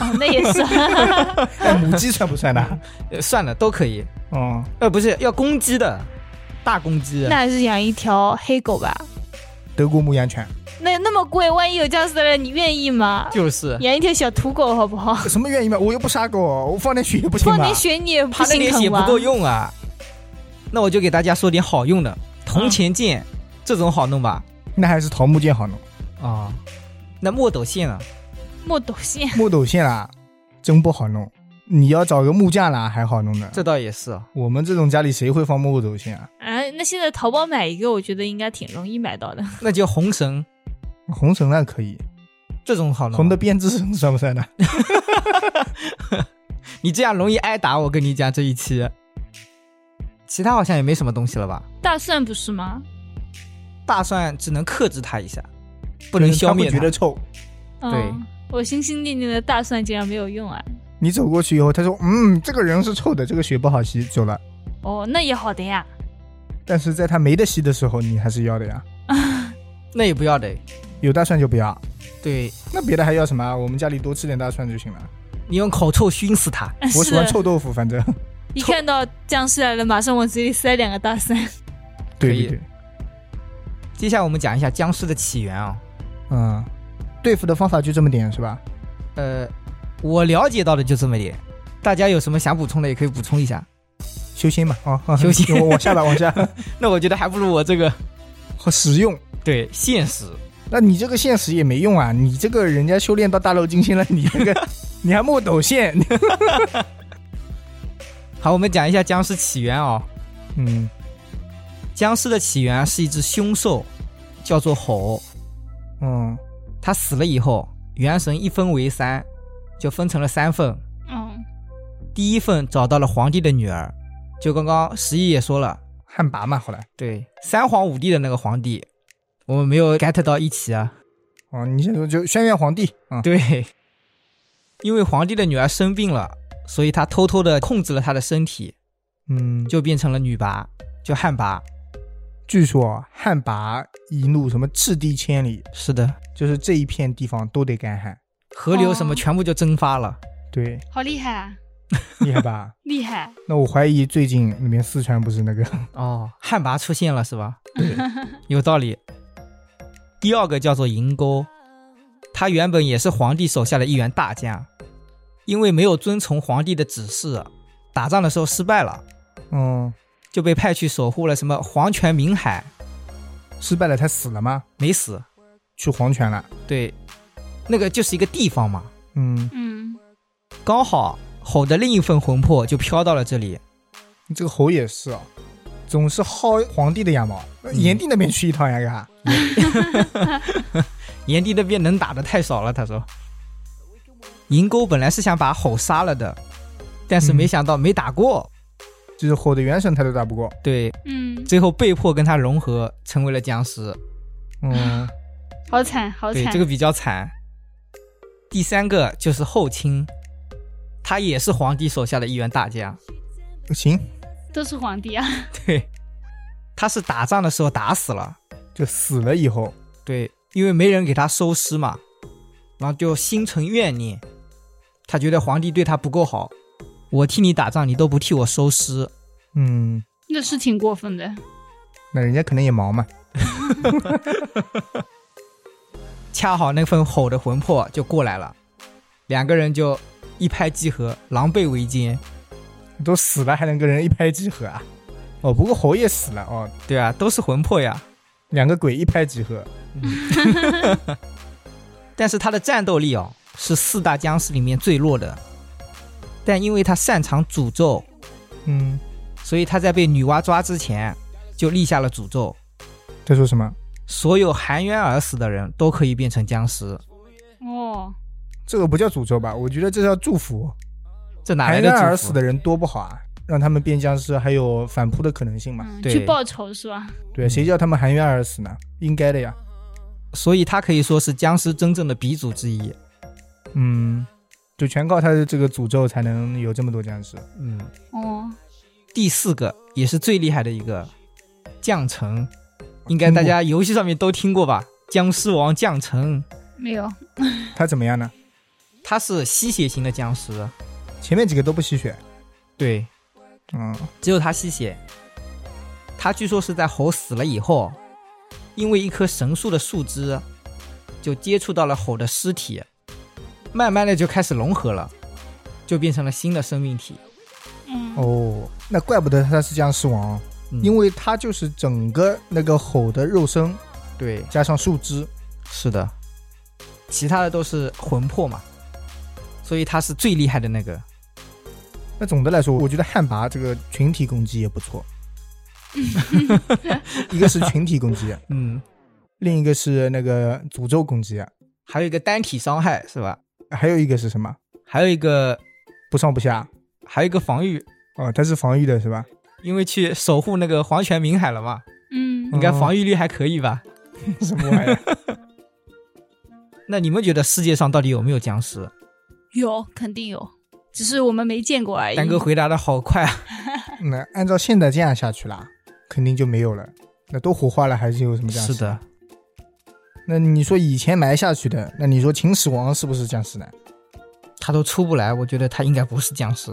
Speaker 3: 哦，那也是。
Speaker 2: <laughs> 哎，母鸡算不算
Speaker 4: <laughs>
Speaker 2: 呢？
Speaker 4: 呃算了，都可以。
Speaker 2: 哦，
Speaker 4: 呃，不是要公鸡的，大公鸡。
Speaker 3: 那还是养一条黑狗吧。
Speaker 2: 德国牧羊犬，那
Speaker 3: 那那么贵，万一有僵尸来了，你愿意吗？
Speaker 4: 就是
Speaker 3: 养一条小土狗好不好？
Speaker 2: 什么愿意吗？我又不杀狗，我放点血也不行
Speaker 3: 放
Speaker 2: 吗
Speaker 3: 点？血你也不啊
Speaker 4: 它那
Speaker 3: 心
Speaker 4: 点
Speaker 3: 疼
Speaker 4: 血不
Speaker 3: 吗？
Speaker 4: 够用啊。那我就给大家说点好用
Speaker 3: 嗯
Speaker 4: 的，铜钱剑、这种好弄吧？
Speaker 3: 嗯
Speaker 2: 那还是桃木剑好弄。
Speaker 4: 啊，那墨斗线啊，
Speaker 3: 墨斗线，
Speaker 2: 木斗线啦，真不好弄。你要找个木架啦，还好弄的。
Speaker 4: 这倒也是啊。
Speaker 2: 我们这种家里谁会放木斗线啊？
Speaker 3: 哎，那现在淘宝买一个，我觉得应该挺容易买到的。 <laughs>
Speaker 4: 那就红绳
Speaker 2: 红绳那可以，
Speaker 4: 这种好弄啊，
Speaker 2: 红的编织绳算不算呢？
Speaker 4: 你这样容易挨打，我跟你讲这一期。其他好像也没什么东西了吧？
Speaker 3: 大蒜不是吗？
Speaker 4: 大蒜只能克制它一下，不能消灭
Speaker 2: 他会
Speaker 4: 它
Speaker 2: 觉得臭。
Speaker 3: 嗯、
Speaker 4: 对，
Speaker 3: 我心心念念的大蒜竟然没有用啊！
Speaker 2: 你走过去以后，他说：“嗯，这个人是臭的，这个血不好吸。”走了。
Speaker 3: 哦，那也好的呀。
Speaker 2: 但是在他没得吸的时候，你还是要的呀。
Speaker 4: 那也不要得。
Speaker 2: 有大蒜就不要，
Speaker 4: 对
Speaker 2: 那别的还要什么啊？我们家里多吃点大蒜就行了。
Speaker 4: 你用口臭熏死它，
Speaker 2: 我喜欢
Speaker 3: <laughs> 是
Speaker 2: 臭豆腐，反正
Speaker 3: 一看到僵尸来了，马上往嘴里塞两个大蒜。
Speaker 2: 对
Speaker 4: 可以
Speaker 2: 对对，
Speaker 4: 接下来我们讲一下僵尸的起源啊、
Speaker 2: 嗯，对付的方法就这么点是吧？
Speaker 4: 呃，我了解到的就这么点，大家有什么想补充的也可以补充一下。
Speaker 2: 修心嘛，啊、啊
Speaker 4: 修心
Speaker 2: 我往下吧，往下， <laughs>
Speaker 4: 那我觉得还不如我这个
Speaker 2: 好实用。
Speaker 4: 对现实，
Speaker 2: 那你这个现实也没用啊！你这个人家修炼到大漏金星了，你这个你还墨斗线，
Speaker 4: 好，我们讲一下僵尸起源哦。
Speaker 2: 嗯，
Speaker 4: 僵尸的起源啊是一只凶兽，叫做吼。
Speaker 2: 嗯，
Speaker 4: 它死了以后，元神一分为三，就分成了三份。
Speaker 3: 嗯，
Speaker 4: 第一份找到了皇帝的女儿，就刚刚十一也说了，
Speaker 2: 旱魃嘛，后来
Speaker 4: 对，三皇五帝的那个皇帝，我们没有 get 到一起啊。
Speaker 2: 哦，你先说就轩辕皇帝
Speaker 4: <laughs>
Speaker 2: 啊、嗯
Speaker 4: 对，因为皇帝的女儿生病了，所以他偷偷的控制了她的身体，
Speaker 2: 嗯，就
Speaker 4: 就变成了女魃，就旱魃。
Speaker 2: 据说啊旱魃一路什么赤地千里，
Speaker 4: 是的，
Speaker 2: 就是这一片地方都得干旱，
Speaker 4: 河流什
Speaker 3: 哦
Speaker 4: 么全部就蒸发了。
Speaker 2: 对，
Speaker 3: 好厉害啊！
Speaker 2: 厉害吧？
Speaker 3: 厉害，
Speaker 2: 那我怀疑最近里面四川不是那个，
Speaker 4: 哦，旱魃出现了是吧？ <laughs> 有道理。第二个叫做银钩，他原本也是皇帝手下的一员大将，因为没有遵从皇帝的指示，打仗的时候失败了，
Speaker 2: 嗯，
Speaker 4: 就被派去守护了什么黄泉冥海，
Speaker 2: 失败了他死了吗？
Speaker 4: 没死。
Speaker 2: 去黄泉了，
Speaker 4: 对，那个就是一个地方嘛，
Speaker 2: 嗯，
Speaker 3: 嗯，
Speaker 4: 刚好吼的另一份魂魄就飘到了这里。
Speaker 2: 这个猴也是哦，总是薅皇帝的羊毛，呃
Speaker 4: 嗯
Speaker 2: 炎帝那边去一趟呀，嘎，
Speaker 4: 炎帝那边能打的太少了，他说。银钩本来是想把吼杀了的，但是没
Speaker 2: 嗯
Speaker 4: 想到没打过。
Speaker 2: 就是火的元神他都打不过，
Speaker 4: 对，
Speaker 3: 嗯，
Speaker 4: 最后被迫跟他融合，成为了僵尸。
Speaker 2: 嗯。
Speaker 3: 好惨，好
Speaker 4: 对，
Speaker 3: 惨。
Speaker 4: 这个比较惨。第三个就是后清，他也是皇帝手下的一员大将。
Speaker 2: 行，
Speaker 3: 都是皇帝啊。
Speaker 4: 对，他是打仗的时候打死了。
Speaker 2: 就死了以后，
Speaker 4: 对，因为没人给他收尸嘛，然后就心存怨念，他觉得皇帝对他不够好，我替你打仗，你都不替我收尸。
Speaker 2: 嗯，
Speaker 3: <laughs> 那是挺过分的。
Speaker 2: 那人家可能也毛嘛，
Speaker 4: 恰好那份吼的魂魄就过来了，两个人就一拍即合，狼狈为奸。
Speaker 2: 都死了还能跟人一拍即合啊？哦，不过侯也死了哦，
Speaker 4: 对啊，都是魂魄呀。
Speaker 2: 两个鬼一拍即合，
Speaker 4: 但是他的战斗力哦是四大僵尸里面最弱的，但因为他擅长诅咒，
Speaker 2: 嗯，
Speaker 4: 所以他在被女娲抓之前就立下了诅咒，
Speaker 2: 他说什么？
Speaker 4: 所有含冤而死的人都可以变成僵尸。
Speaker 3: 哦，
Speaker 2: 这个不叫诅咒吧？我觉得这叫祝福。
Speaker 4: 这哪来
Speaker 2: 含
Speaker 4: 的
Speaker 2: 冤
Speaker 4: 祝福？
Speaker 2: 而死的人多不好啊，让他们变僵尸还有反扑的可能性嘛。
Speaker 3: 嗯，
Speaker 4: 对
Speaker 3: 去报仇是吧？
Speaker 2: 对，啊谁叫他们含冤而死呢？应该的呀。
Speaker 4: 所以他可以说是僵尸真正的鼻祖之一。
Speaker 2: 嗯，就全靠他的这个诅咒才能有这么多僵尸。
Speaker 4: 嗯，
Speaker 3: 哦，
Speaker 4: 第四个也是最厉害的一个，降臣，应该大家游戏上面都听过吧？僵尸王降臣，
Speaker 3: 没有。
Speaker 2: 他怎么样呢？
Speaker 4: 他是吸血型的僵尸，
Speaker 2: 前面几个都不吸血，
Speaker 4: 对，
Speaker 2: 嗯，
Speaker 4: 只有他吸血。他据说是在猴死了以后，因为一棵神树的树枝，就接触到了猴的尸体，慢慢的就开始融合了，就变成了新的生命体。
Speaker 3: 嗯，
Speaker 2: 哦，那怪不得他是僵尸王哦。
Speaker 4: 嗯
Speaker 2: 因为它就是整个那个吼的肉身
Speaker 4: 对，
Speaker 2: 加上树枝，
Speaker 4: 是的，其他的都是魂魄嘛，所以他是最厉害的那个。
Speaker 2: 那总的来说，我觉得旱魃这个群体攻击也不错。一个是群体攻击，
Speaker 4: 嗯，
Speaker 2: 另一个是那个诅咒攻击，
Speaker 4: 还有一个单体伤害是吧？
Speaker 2: 还有一个是什么？
Speaker 4: 还有一个
Speaker 2: 不上不下
Speaker 4: 还有一个防御，
Speaker 2: 哦，它是防御的是吧？
Speaker 4: 因为去守护那个黄泉冥海了嘛，
Speaker 3: 嗯
Speaker 4: 应该防御力还可以吧？
Speaker 2: 什么玩意儿？
Speaker 4: 那你们觉得世界上到底有没有僵尸？
Speaker 3: 有肯定有，只是我们没见过而已。
Speaker 4: 丹哥回答的好快啊！
Speaker 2: 那按照现在这样下去啦，肯定就没有了。那都火化了，还是有什么僵尸？
Speaker 4: 是的。，
Speaker 2: 那你说以前埋下去的，那你说秦始皇是不是僵尸呢？
Speaker 4: 他都出不来，我觉得他应该不是僵尸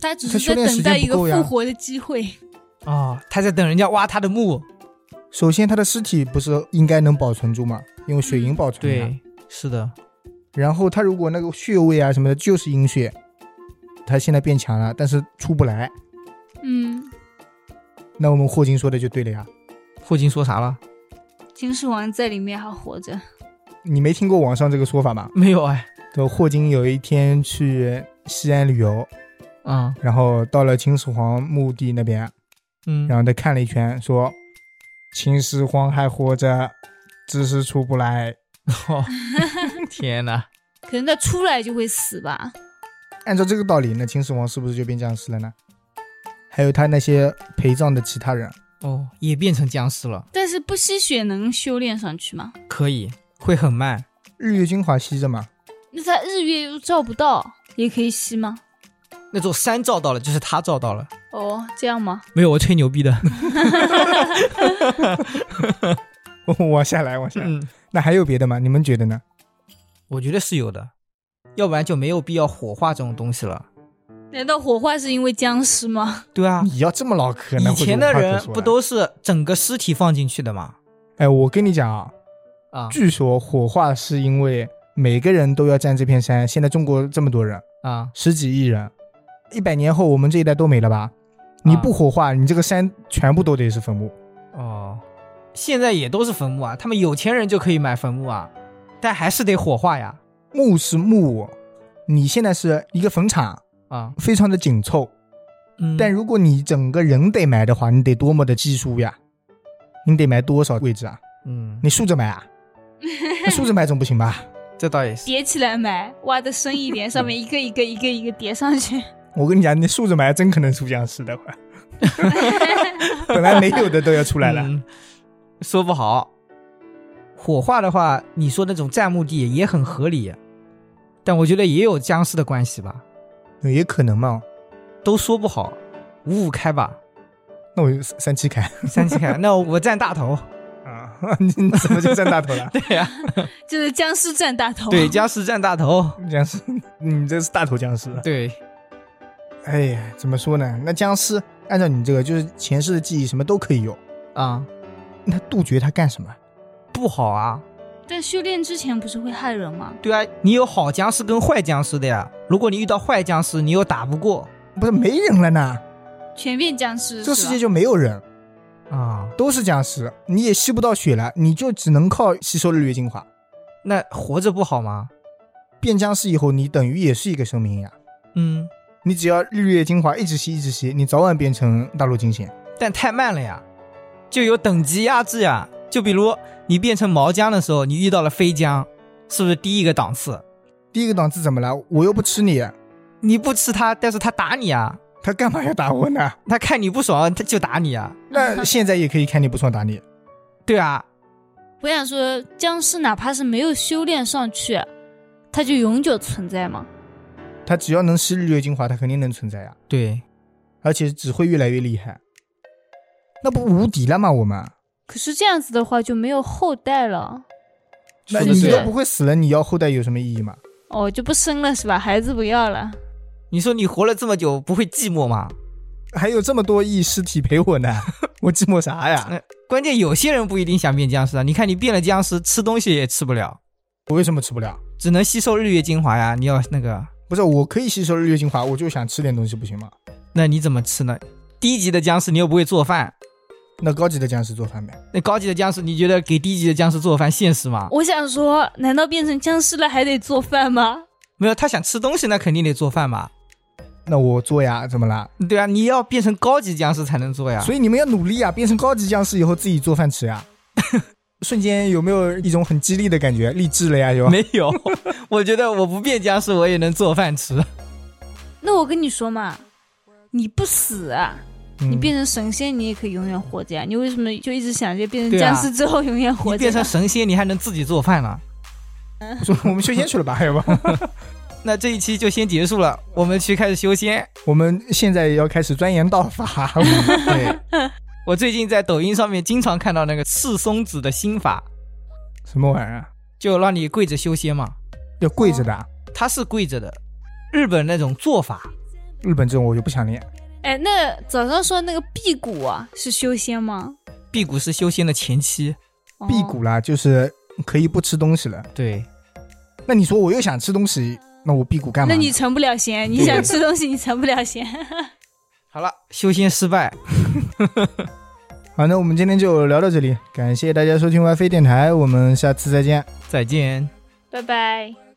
Speaker 3: 他只
Speaker 2: 他
Speaker 3: 是
Speaker 2: 修
Speaker 3: 在
Speaker 2: 炼时
Speaker 3: 等
Speaker 2: 间
Speaker 3: 待一
Speaker 2: 不
Speaker 3: 个
Speaker 2: 够呀
Speaker 3: 复活的机会。
Speaker 4: 哦，他在等人家挖他的墓。
Speaker 2: 首先，他的尸体不是应该能保存住吗？因为水银保存的。
Speaker 4: 对，是的，
Speaker 2: 然后他如果那个穴位啊什么的，就是阴血，他现在变强了，但是出不来。
Speaker 3: 嗯，
Speaker 2: 那我们霍金说的就对了呀。
Speaker 4: 霍金说啥了？
Speaker 3: 秦始皇在里面还活着。
Speaker 2: 你没听过网上这个说法吗？
Speaker 4: 没有哎，
Speaker 2: 就霍金有一天去西安旅游，
Speaker 4: 啊，
Speaker 2: 然后到了秦始皇墓地那边，
Speaker 4: 嗯，
Speaker 2: 然后他看了一圈，说秦始皇还活着，只是出不来。
Speaker 4: 后天哪，
Speaker 3: 可能他出来就会死吧。
Speaker 2: 按照这个道理，那秦始皇是不是就变僵尸了呢？还有他那些陪葬的其他人，
Speaker 4: 哦，也变成僵尸了，
Speaker 3: 但是不吸血能修炼上去吗？
Speaker 4: 可以，会很慢，
Speaker 2: 日月精华吸着嘛， <laughs>
Speaker 3: 那他日月又照不到，也可以吸吗？
Speaker 4: 那座山照到了，就是他照到了，
Speaker 3: 哦，这样吗？
Speaker 4: 没有我吹牛逼的，
Speaker 2: 往下来，往下来。
Speaker 4: <laughs> <laughs> 嗯，
Speaker 2: 那还有别的吗？你们觉得呢？
Speaker 4: 我觉得是有的，要不然就没有必要火化这种东西了。
Speaker 3: 难道火化是因为僵尸吗？
Speaker 4: 对啊，
Speaker 2: 你要这么唠嗑，那
Speaker 4: 以
Speaker 2: 我就
Speaker 4: 前
Speaker 2: 无
Speaker 4: 的
Speaker 2: 话可
Speaker 4: 人
Speaker 2: 说
Speaker 4: 不
Speaker 2: 了
Speaker 4: 都是整个尸体放进去的吗？
Speaker 2: 哎，我跟你讲啊，
Speaker 4: 啊
Speaker 2: 据说火化是因为每个人都要占这片山。现在中国这么多人，
Speaker 4: 啊，
Speaker 2: 十几亿人，一百年后我们这一代都没了吧？你
Speaker 4: 啊
Speaker 2: 不火化，你这个山全部都得是坟墓。
Speaker 4: 哦，现在也都是坟墓啊，他们有钱人就可以买坟墓啊，但还是得火化呀。
Speaker 2: 墓是墓，你现在是一个坟场，
Speaker 4: 啊，
Speaker 2: 非常的紧凑。
Speaker 4: 嗯
Speaker 2: 但如果你整个人得埋的话，你得多么的技术呀？你得埋多少位置啊？
Speaker 4: 嗯，
Speaker 2: 你竖着埋啊？那竖着埋总不行吧？
Speaker 4: 这倒也是。
Speaker 3: 叠起来埋，挖的深一点，上面一个一个一个一个叠上去。 <laughs>
Speaker 2: 我跟你讲，你竖着埋真可能出僵尸的，快 <laughs> 本来没有的都要出来了。
Speaker 4: 嗯说不好。火化的话，你说那种占墓地也很合理，但我觉得也有僵尸的关系吧，
Speaker 2: 也可能嘛。
Speaker 4: 都说不好。五五开吧，
Speaker 2: 那我就三三七开
Speaker 4: 三七开，那我占大头。
Speaker 2: 啊， <laughs> 你你怎么就占大头了？
Speaker 4: 对呀、
Speaker 3: 就是僵尸占大头。
Speaker 4: 对，僵尸占大头。
Speaker 2: 僵尸，你这是大头僵尸。
Speaker 4: 对，
Speaker 2: 哎呀，怎么说呢？那僵尸按照你这个，就是前世的记忆什么都可以有。
Speaker 4: 啊、
Speaker 2: 那杜绝他干什么？
Speaker 4: 不好啊。
Speaker 3: 但修炼之前不是会害人吗？
Speaker 4: 对啊，你有好僵尸跟坏僵尸的呀。如果你遇到坏僵尸，你又打不过
Speaker 2: 不是没人了呢？
Speaker 3: 全变僵尸，
Speaker 2: 这
Speaker 3: 是
Speaker 2: 世
Speaker 3: 吧
Speaker 2: 界就没有人，
Speaker 4: 啊、
Speaker 2: 都是僵尸，你也吸不到血了，你就只能靠吸收日月精华。
Speaker 4: 那活着不好吗？
Speaker 2: 变僵尸以后，你等于也是一个生命呀。
Speaker 4: 嗯，
Speaker 2: 你只要日月精华一直吸一直吸，你早晚变成大陆惊险。
Speaker 4: 但太慢了呀，就有等级压制呀。就比如你变成毛僵的时候，你遇到了飞僵，是不是低一个档次？
Speaker 2: 第一个档次怎么了？我又不吃你，
Speaker 4: 你不吃它，但是它打你啊，
Speaker 2: 他干嘛要打我呢？
Speaker 4: 它看你不爽，它就打你啊。
Speaker 3: <laughs>
Speaker 2: 那现在也可以看你不爽打你。
Speaker 4: 对啊，
Speaker 3: 我想说，僵尸哪怕是没有修炼上去，它就永久存在吗？
Speaker 2: 他只要能吸日月精华，他肯定能存在呀、
Speaker 4: 对，
Speaker 2: 而且只会越来越厉害。那不无敌了吗？我们，
Speaker 3: 可是这样子的话就没有后代了，
Speaker 2: 那
Speaker 4: 说
Speaker 3: 的
Speaker 2: 你
Speaker 3: 对
Speaker 2: 都不会死了，你要后代有什么意义吗？
Speaker 3: 哦，就不生了是吧？孩子不要了，
Speaker 4: 你说你活了这么久，不会寂寞吗？
Speaker 2: 还有这么多亿尸体陪我呢， <laughs> 我寂寞啥呀？
Speaker 4: 那关键有些人不一定想变僵尸啊。你看你变了僵尸，吃东西也吃不了，
Speaker 2: 我为什么吃不了？
Speaker 4: 只能吸收日月精华呀。你要那个，
Speaker 2: 不是，我可以吸收日月精华，我就想吃点东西，不行吗？
Speaker 4: 那你怎么吃呢？低级的僵尸你又不会做饭，
Speaker 2: 那高级的僵尸做饭呗，
Speaker 4: 那高级的僵尸，你觉得给低级的僵尸做饭现实吗？
Speaker 3: 我想说，难道变成僵尸了还得做饭吗？
Speaker 4: 没有，他想吃东西，那肯定得做饭嘛。
Speaker 2: 那我做呀，怎么啦？
Speaker 4: 对啊，你要变成高级僵尸才能做呀。
Speaker 2: 所以你们要努力啊，变成高级僵尸以后自己做饭吃 <laughs> 啊。瞬间有没有一种很激励的感觉？励志了呀，有吧？
Speaker 4: 没有， <laughs> 我觉得我不变僵尸，我也能做饭吃。
Speaker 3: 那我跟你说嘛，你不死啊，
Speaker 2: 嗯
Speaker 3: 你变成神仙，你也可以永远活着呀。你为什么就一直想着变成
Speaker 4: 对啊
Speaker 3: 僵尸之后永远活
Speaker 4: 你
Speaker 3: 着？
Speaker 4: 变成神仙，你还能自己做饭啊了。
Speaker 2: 我说我们修仙去了 <laughs> 吧，要不？
Speaker 4: 那这一期就先结束了，我们去开始修仙。
Speaker 2: 我们现在要开始钻研道 <laughs> 法。
Speaker 4: 对，我最近在抖音上面经常看到那个赤松子的心法，
Speaker 2: 什么玩意儿啊？
Speaker 4: 就让你跪着修仙嘛。
Speaker 2: 要跪着的啊？
Speaker 4: 它是跪着的，日本那种做法。
Speaker 2: 日本这种我就不想练。
Speaker 3: 哎，那早上说那个辟谷啊，是修仙吗？
Speaker 4: 辟谷是修仙的前期，
Speaker 3: 哦
Speaker 2: 辟谷啦，就是可以不吃东西了。
Speaker 4: 对，
Speaker 2: 那你说我又想吃东西，那我辟谷干嘛
Speaker 3: 那
Speaker 2: 呢？
Speaker 3: 你成不了仙，你想吃东西，你成不了仙。
Speaker 4: 好了，修仙失败，
Speaker 2: 好，那我们今天就聊到这里，感谢大家收听 WiFi 电台，我们下次再见。
Speaker 4: 再见。
Speaker 3: <laughs> 拜拜。